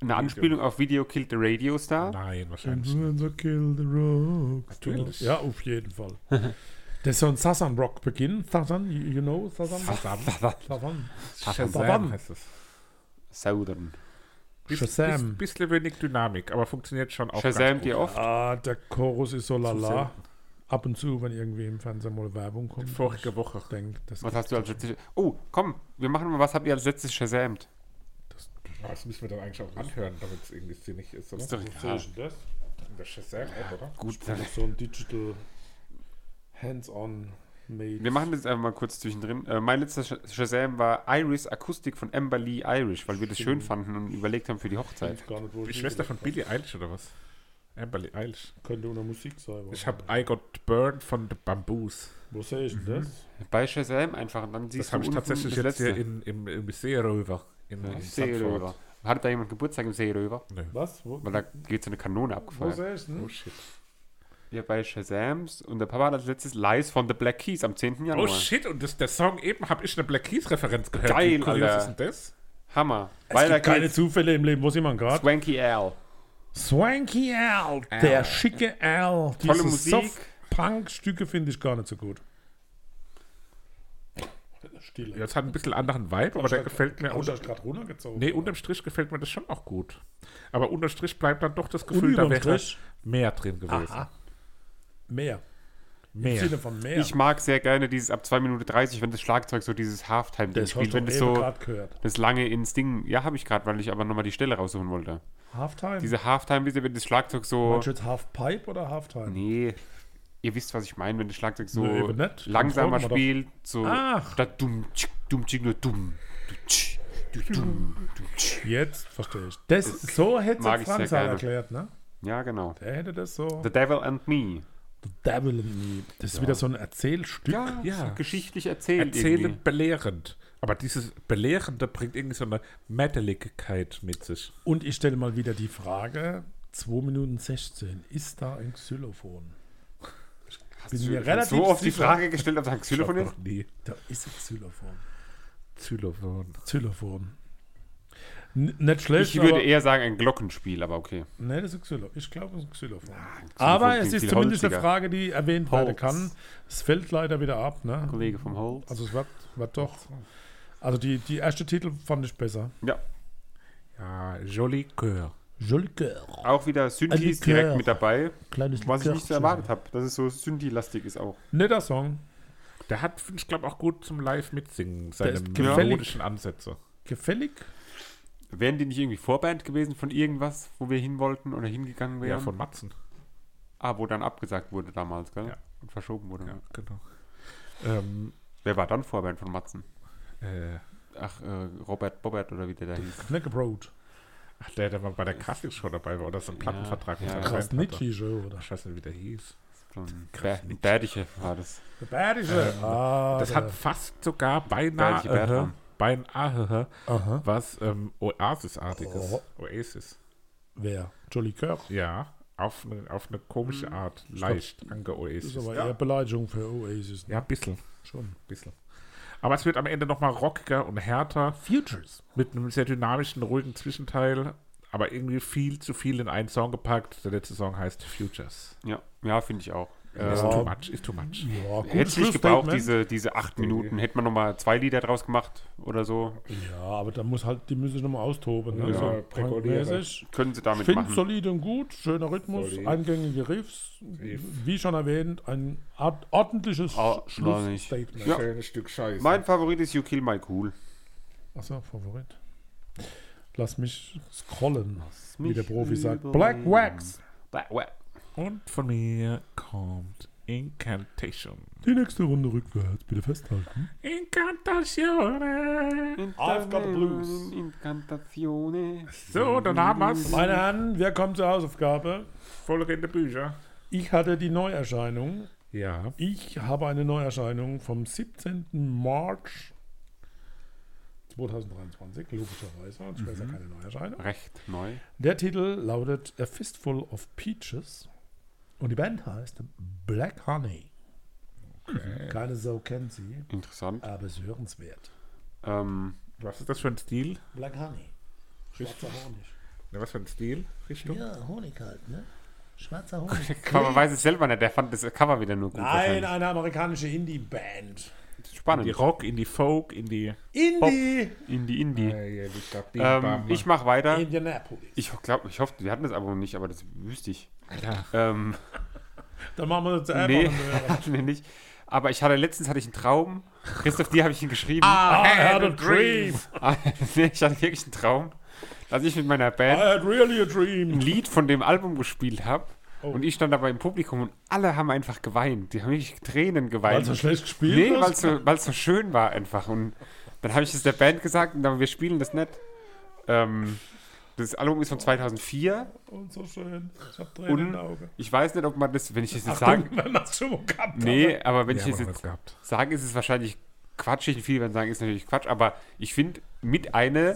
S3: eine Anspielung auf Video Killed the Radio Star?
S1: Nein, wahrscheinlich.
S2: Influencer kill the rock.
S1: Natürlich.
S2: Ja, auf jeden Fall. das ist so ein Southern Rock Beginn. Southern, you you know Southern?
S1: Shazam.
S2: Southern.
S1: Shazam heißt es.
S3: Southern.
S1: Bisschen,
S2: Shazam.
S1: bisschen wenig Dynamik, aber funktioniert schon auch.
S3: Shazam
S1: ganz
S3: dir
S1: gut.
S3: oft?
S2: Ah, der Chorus ist so
S1: selten.
S2: lala. Ab und zu, wenn irgendwie im Fernsehen mal Werbung kommt.
S1: Vorige Woche.
S2: Ich denke, das
S3: Was hast du als letztes? Oh, komm, wir machen mal, was habt ihr als letztes Shazamt?
S1: Aber Das müssen wir dann eigentlich auch anhören, damit es irgendwie sinnig ist, oder?
S3: Ist doch egal.
S2: das?
S1: Das Shazam auch, oder?
S3: Gut,
S2: So ein Digital Hands-on Made.
S3: Wir machen das jetzt einfach mal kurz zwischendrin. Äh, mein letzter Sh- Shazam war Iris Akustik von Amber Lee Irish, weil wir das schön fanden und überlegt haben für die Hochzeit.
S2: gar nicht, wo
S1: Die
S2: ich
S1: Schwester von Billie Eilish, oder was? Amberly Eilish.
S2: Könnte unter Musik sein.
S1: Ich habe I Got Burned von The Bamboos.
S2: Wo sehe ich denn das?
S3: Bei Shazam einfach und dann siehst
S1: Das habe
S3: du
S1: ich
S3: unten
S1: tatsächlich
S3: das
S1: jetzt hier
S3: letzte.
S1: in, im, im Seeröver. In,
S3: Ja,
S1: in
S3: Seeröver.
S1: Sandford.
S3: Hat da jemand Geburtstag im Seeröver?
S2: Was? Wo,
S3: Weil da geht so eine Kanone
S2: wo
S3: abgefeuert.
S2: sehe ich denn?
S1: Oh shit.
S3: Ja, bei Shazams und der Papa hat als letztes Lies von The Black Keys am 10.
S1: Oh
S3: Januar.
S1: shit, und das, der Song eben habe ich eine Black Keys-Referenz gehört.
S3: Geil,
S1: Wie kurios
S3: Alter.
S1: ist denn das?
S3: Hammer.
S2: Es
S3: Weiter
S2: gibt keine
S3: geht's.
S2: Zufälle im Leben. Wo sind wir gerade?
S3: Swanky Al.
S2: Swanky Al, der schicke Al.
S3: Tolle
S2: Diese
S3: Musik.
S2: Soft-Punk-Stücke finde ich gar nicht so gut. Stille.
S1: Ja, es hat ein bisschen anderen Vibe, aber der gefällt mir.
S2: Hast du
S1: Unter,
S2: das gerade runtergezogen?
S1: nee, unterm Strich gefällt mir das schon auch gut. Aber unterm Strich bleibt dann doch das Gefühl, da
S2: überm
S1: wäre
S2: Strich?
S1: mehr drin gewesen.
S2: Aha. Mehr. Im
S1: Mehr.
S2: Sinne von mehr.
S3: Ich mag sehr gerne dieses ab 2 Minuten 30, wenn das Schlagzeug so dieses Halftime-Ding
S2: das hast
S3: spielt,
S2: du
S3: wenn das
S2: eben
S3: so
S2: gerade gehört.
S3: das lange ins Ding. Ja, habe ich gerade, weil ich aber nochmal die Stelle raussuchen wollte.
S2: Halftime?
S3: Diese Halftime, wisst ihr, wenn das Schlagzeug so.
S2: Meinst du jetzt Halfpipe oder Halftime?
S3: Nee. Ihr wisst, was ich meine, wenn das Schlagzeug so
S2: Nee, eben nicht.
S3: langsamer
S2: Dann fragen wir
S3: spielt, so
S2: Ach.
S3: statt dumm, tschick, dumm, tschick, nur dumm, du tschick, du
S2: Hm.
S3: dumm, du tschick.
S2: Jetzt verstehe ich. Das, so hätte es
S3: mag ich sehr
S2: Franz halt
S3: gerne.
S2: erklärt, ne?
S3: Ja, genau.
S2: Der hätte das so.
S3: The Devil and Me.
S2: The Devil in Me. Das ist wieder so ein Erzählstück.
S1: Ja.
S3: so geschichtlich erzählt.
S1: Erzählen
S3: irgendwie.
S1: belehrend. Aber dieses Belehrende bringt irgendwie so eine Metalligkeit mit sich.
S2: Und ich stelle mal wieder die Frage: 2 Minuten 16, ist da ein Xylophon?
S3: Hast
S2: bin
S3: du
S2: mir
S3: schon
S2: relativ
S3: so oft die
S2: sicher-
S3: Frage gestellt, ob da ein Xylophon
S1: Ich
S3: ist?
S1: hab noch nie
S2: Da ist ein Xylophon.
S1: Xylophon.
S2: Xylophon. N nicht schlecht,
S3: Ich würde
S2: aber,
S3: eher sagen, ein Glockenspiel, aber okay.
S2: Nee, das ist ein Xylophon. Ich glaube, es ist ein Xylophon. aber es
S3: klingt
S2: ist
S3: viel
S2: zumindest eine
S3: holziger.
S2: Frage, die erwähnt werden
S3: Holz.
S2: kann. Es fällt leider wieder ab, ne?
S3: Kollege vom Holz.
S2: Also es war, war doch. Also die, die erste Titel fand ich besser.
S3: ja,
S1: Ja, Joli Coeur.
S2: Jolker,
S3: auch wieder Synthes
S2: Likör.
S3: direkt mit dabei,
S2: kleines
S3: was ich nicht so erwartet habe, dass es so Synthi-lastig ist auch.
S2: Netter Song.
S1: Der hat, finde ich glaube auch gut zum Live mitsingen, seine
S2: ist gefällig.
S1: melodischen Ansätze.
S2: Gefällig.
S3: Wären die nicht irgendwie Vorband gewesen von irgendwas, wo wir hin wollten oder hingegangen
S1: Ja,
S3: wären?
S1: von Matzen.
S3: Ah, wo dann abgesagt wurde damals, gell?
S1: Ja.
S3: Und verschoben wurde.
S1: Ja, genau. Ähm,
S3: Wer war dann Vorband von Matzen?
S1: äh,
S3: Ach, äh, Robert Bobbert oder wie der da hieß.
S2: Neck Road.
S1: ach, der, der mal bei der Kassel-Show dabei war oder so einen Plattenvertrag mit
S3: ja.
S2: Krass,
S1: seinem Band hatte.
S2: Nietzsche Show, oder?
S1: Ich weiß nicht, wie der hieß.
S3: So ein Bär- Bärtiche war das.
S2: Der Badische.
S3: Ähm,
S2: ah,
S1: Das
S2: der-
S1: hat fast sogar
S3: Berthe
S1: beinahe, äh,
S3: Bertram.
S1: beinahe
S2: Aha.
S1: was ähm, Oasis-artiges.
S2: Oh.
S1: Oasis.
S2: Wer? Jolly Curb?
S1: Ja, auf eine, auf eine komische Art. Leicht
S2: Das
S1: angeoasis.
S2: Hm. ist aber
S3: ja.
S2: eher Beleidigung für oh, Oasis.
S1: Ja, ein bisschen,
S2: Schon.
S1: bisschen. Aber es wird am Ende nochmal rockiger und härter,
S2: Futures.
S1: mit einem sehr dynamischen, ruhigen Zwischenteil, aber irgendwie viel zu viel in einen Song gepackt. Der letzte Song heißt Futures.
S3: Ja, ja finde ich auch.
S1: Ist
S3: Äh,
S2: Ja.
S1: too much, ist too much.
S2: Ja,
S3: hätte
S2: gutes
S3: es nicht gebraucht,
S2: Schlussstatement.
S3: diese, diese acht Minuten. Hätte man nochmal zwei Lieder draus gemacht oder so.
S2: Ja, aber da muss halt, die müssen sich nochmal austoben. Ne?
S1: Ja,
S2: so
S1: präkoliere.
S2: punkmäßig.
S3: Können sie damit
S2: Find
S3: machen.
S2: solide und gut, schöner Rhythmus,
S1: Solid.
S2: eingängige Riffs. Wie schon erwähnt, ein art ordentliches
S3: Ah, noch nicht.
S2: Schlussstatement.
S3: Ja.
S1: Schönes Stück Scheiße.
S3: Mein Favorit ist You Kill My Cool.
S2: Achso, Favorit. Lass mich scrollen, wie
S3: mich
S2: der Profi sagt.
S3: überlegen.
S2: Black Wax.
S3: Bah, wah.
S1: Und von mir kommt Incantation.
S2: Die nächste Runde rückwärts, bitte festhalten.
S1: Incantation.
S2: I've got the blues.
S3: Incantazione.
S1: So, dann haben wir's.
S2: Meine Herren, wir kommen zur Hausaufgabe.
S1: Vollrende Bücher.
S2: Ich hatte die Neuerscheinung.
S1: Ja.
S2: Ich habe eine Neuerscheinung vom 17. März 2023, logischerweise. Und ich weiß ja keine Neuerscheinung.
S3: Recht neu.
S2: Der Titel lautet A Fistful of Peaches und die Band heißt Black Honey. Keine Sau kennt sie,
S3: Interessant.
S2: aber es ist hörenswert.
S3: Ähm,
S1: Was ist das für ein Stil?
S2: Black Honey. Schwarzer Honig.
S1: Ne, Was für ein Stil? Richtung?
S2: Ja, Honig halt, ne? Schwarzer Honig.
S3: Cover weiß es selber nicht. Der fand das Cover wieder nur gut.
S2: Nein, eine amerikanische Indie-Band.
S3: wahrscheinlich.
S1: In die
S3: Spannend.
S1: Rock, in die Folk, in die.
S2: Indie!
S3: Indie, Indie. Ähm,
S1: Ähm,
S3: ich mach weiter.
S2: Indianapolis.
S3: Ich glaube, ich hoffe, wir hatten das Album nicht, aber das wüsste ich.
S1: Alter.
S3: Ähm,
S2: Dann machen wir das einfach.
S3: nee,
S2: und wir-
S3: hatten wir nicht. Aber ich hatte letztens hatte ich einen Traum. Christoph, dir habe ich ihn geschrieben.
S2: I Ah, had a dream.
S3: Ah, nee, ich hatte wirklich einen Traum, dass ich mit meiner
S2: I
S3: Band
S2: had really a
S3: ein
S2: dream.
S3: Lied von dem Album gespielt habe.
S2: Oh.
S3: Und ich stand dabei im Publikum und alle haben einfach geweint. Die haben wirklich Tränen geweint.
S2: Weil so schlecht gespielt
S3: Nee,
S2: hast?
S3: weil es so, weil's so schön war einfach. Und dann habe ich es der Band gesagt und dann, wir spielen das nicht. Ähm, das Album ist von 2004.
S2: Und so schön. Ich hab Tränen in den Augen.
S3: Ich weiß nicht, ob man das, wenn ich das jetzt sage,
S2: Achtung, wenn man es schon mal gehabt hat.
S3: Nee, aber wenn
S1: Ja,
S3: ich es
S1: aber
S3: jetzt
S1: was gehabt.
S3: sage, ist es wahrscheinlich quatschig. Und viele werden sagen, ist natürlich Quatsch. Aber ich finde, mit einer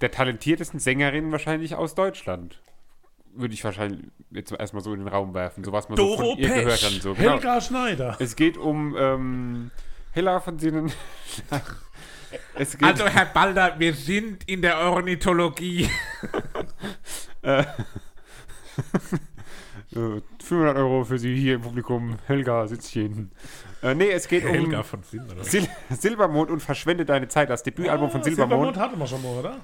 S3: der talentiertesten Sängerinnen wahrscheinlich aus Deutschland. Würde ich wahrscheinlich jetzt erstmal so in den Raum werfen. So was man so
S2: Doro
S3: von ihr
S2: Pesch.
S3: gehört hat. und So. Genau.
S2: Helga Schneider.
S3: Es geht um ähm, Hella von Sinnen. es geht,
S1: Also, Herr Balder, wir sind in der Ornithologie.
S3: äh, 500 Euro für Sie hier im Publikum. Helga sitzt hier hinten. Äh, nee, es geht um
S1: von Sinn, oder?
S3: Sil Silbermond und Verschwende deine Zeit. Das Debütalbum
S2: Ah,
S3: von Silbermond.
S2: hatten wir schon mal, oder?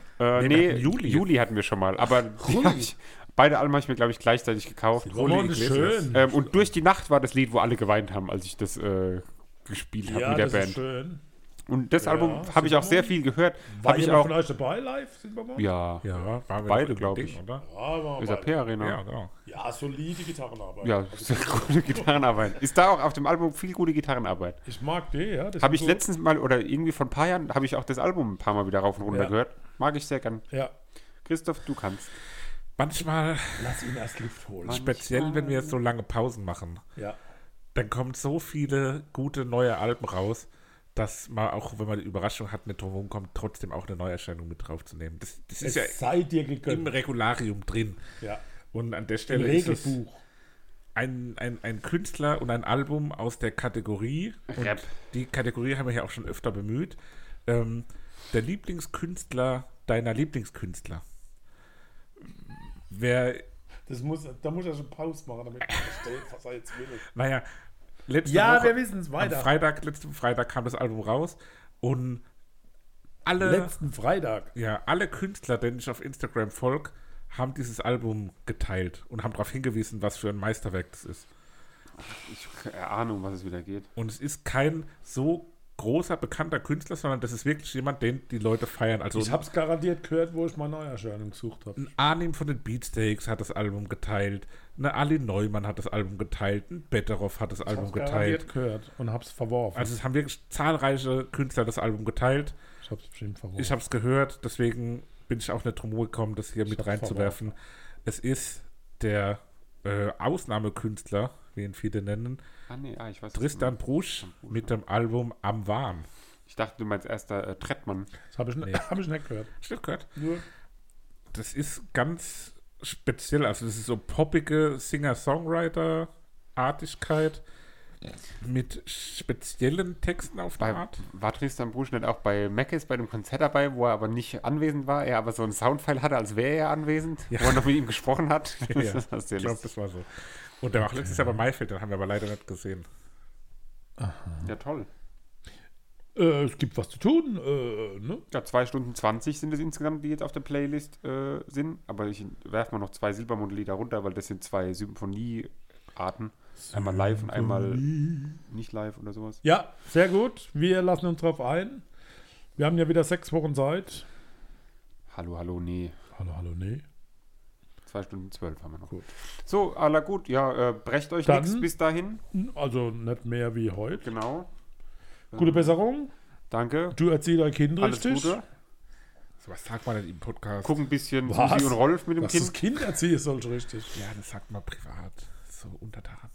S1: Nee,
S3: Äh, nee,
S1: wir hatten
S3: Juli.
S1: Juli.
S3: hatten wir schon mal. Aber die hab ich, beide Alben habe ich mir, glaube ich, gleichzeitig gekauft.
S2: Silbermond ist
S1: Iglesias.
S2: schön.
S3: Ähm, und durch die Nacht war das Lied, wo alle geweint haben, als ich das äh, gespielt habe
S2: ja,
S3: mit der
S2: das ist
S3: Band.
S2: schön.
S3: Und das Album habe ich
S2: Silbermond.
S3: auch sehr viel gehört.
S2: War
S3: Habe ich
S2: jemand
S3: auch.
S2: von euch dabei live, Silbermond?
S3: Ja, ja.
S1: Ja, waren wir
S3: Beide,
S1: doch im
S3: glaub
S1: Ding,
S3: ich.
S1: Oder?
S2: Ja, war
S3: SAP
S2: dabei.
S3: Arena.
S1: Ja, genau.
S2: ja solide Gitarrenarbeit.
S3: ne? Ja, ist eine gute Gitarrenarbeit. Ist da auch auf dem Album viel gute Gitarrenarbeit.
S2: Ich mag die, ja. das
S3: Habe
S2: ist
S3: ich letztens mal oder irgendwie vor ein paar Jahren habe ich auch das Album ein paar Mal wieder rauf und runter
S2: Ja.
S3: gehört. Mag ich sehr gern.
S2: Ja.
S3: Christoph, du kannst.
S1: Manchmal,
S2: Lass ihn erst Luft holen.
S1: speziell wenn wir so lange Pausen machen,
S2: Ja.
S1: dann kommen so viele gute neue Alben raus, dass man auch, wenn man eine Überraschung hat, nicht drum rumkommt, trotzdem auch eine Neuerscheinung mit draufzunehmen. Das, das
S2: Es
S1: ist ja
S2: sei dir
S1: im
S2: gegönnt.
S1: Regularium drin.
S2: Ja.
S1: Und an der
S2: Im
S1: Stelle ist es
S2: Regelbuch.
S1: ein, ein, ein Künstler und ein Album aus der Kategorie. Und
S3: Rap.
S1: die Kategorie haben wir ja auch schon öfter bemüht. Ähm, der Lieblingskünstler deiner Lieblingskünstler. Wer,
S2: Das muss, da muss er schon Pause machen, damit man versteht, was er jetzt will.
S1: naja, letzte
S2: Ja,
S1: Woche,
S2: wir wissen es
S1: am
S2: weiter.
S1: Freitag, letzten Freitag kam das Album raus und alle,
S2: Letzten Freitag.
S1: ja, alle Künstler, denen ich auf Instagram folge, haben dieses Album geteilt und haben darauf hingewiesen, was für ein Meisterwerk das ist.
S3: Ich habe keine Ahnung, was es wieder geht.
S1: Und es ist kein so großer, bekannter Künstler, sondern das ist wirklich jemand, den die Leute feiern. Also
S2: Ich hab's garantiert gehört, wo ich mal Neuerscheinung gesucht habe.
S1: ein Arnim von den Beatsteaks hat das Album geteilt, eine Ali Neumann hat das Album geteilt, ein Betteroff hat das Album geteilt.
S2: Garantiert gehört und hab's verworfen.
S1: Also es haben wirklich zahlreiche Künstler das Album geteilt.
S2: ich hab's bestimmt verworfen.
S1: Ich habe es gehört, deswegen bin ich auch nicht drum gekommen, das hier mit
S2: hab's
S1: reinzuwerfen. Es ist der äh, Ausnahmekünstler, wie ihn viele nennen,
S3: Ah, nee, ah, ich weiß was du
S1: Tristan
S3: meinst.
S1: Brusch mit dem Album Am Warm.
S3: Ich dachte, du meinst erster äh, Trettmann.
S2: Das habe ich, ne- hab ich nicht gehört.
S1: Stimmt gehört?
S2: Nur
S1: Das ist ganz speziell. Also das ist so poppige Singer-Songwriter-Artigkeit mit speziellen Texten auf der
S3: Bei,
S1: Art.
S3: war Tristan Busch nicht auch bei Mackes bei dem Konzert dabei, wo er aber nicht anwesend war, er aber so einen Soundfile hatte, als wäre er anwesend,
S1: Ja.
S3: wo er noch mit ihm gesprochen hat?
S1: Ja,
S3: hast du
S1: ich glaube,
S3: lustig.
S1: das war so. Und der war auch letztes Jahr bei Maifeld, den haben wir aber leider nicht gesehen.
S3: ja, toll.
S2: Äh, es gibt was zu tun. Äh, ne?
S3: Ja, 2 Stunden 20 sind es insgesamt, die jetzt auf der Playlist äh, sind. Aber ich werfe mal noch zwei Silbermond-Lieder runter, weil das sind zwei Symphonie-Arten. Einmal live und einmal nicht live oder sowas.
S2: Ja, sehr gut. Wir lassen uns drauf ein. Wir haben ja wieder sechs Wochen Zeit.
S3: Hallo, hallo, nee.
S2: Hallo, hallo, nee.
S3: Zwei Stunden zwölf haben wir noch.
S2: Gut.
S3: So, aller gut. Ja, äh, brecht euch
S2: Dann-
S3: nichts bis dahin.
S2: Also nicht mehr wie heute.
S3: Genau.
S2: Gute Besserung.
S3: Danke.
S2: Du erziehst dein Kind
S3: Alles
S2: richtig.
S3: Gute.
S1: So was sagt man denn im Podcast?
S3: Guck ein bisschen
S2: Was?
S3: Susi und Rolf mit dem
S2: Dass das
S3: Kind.
S2: Kind erziehen soll, richtig.
S1: Ja, das sagt man privat, so unter der Hand.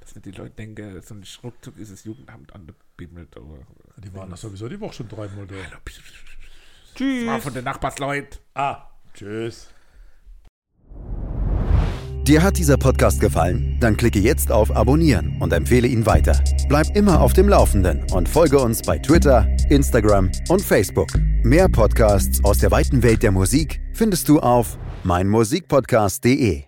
S1: Das sind die Leute, dass nicht die Leute denken, so ein Schruckzuck ist das Jugendamt angebimmelt. Aber
S2: Die waren doch sowieso die Woche schon dreimal da.
S1: das war
S3: Tschüss.
S1: von den Nachbarsleuten.
S2: Ah, tschüss.
S4: Dir hat dieser Podcast gefallen? Dann klicke jetzt auf Abonnieren und empfehle ihn weiter. Bleib immer auf dem Laufenden und folge uns bei Twitter, Instagram und Facebook. Mehr Podcasts aus der weiten Welt der Musik findest du auf meinmusikpodcast.de.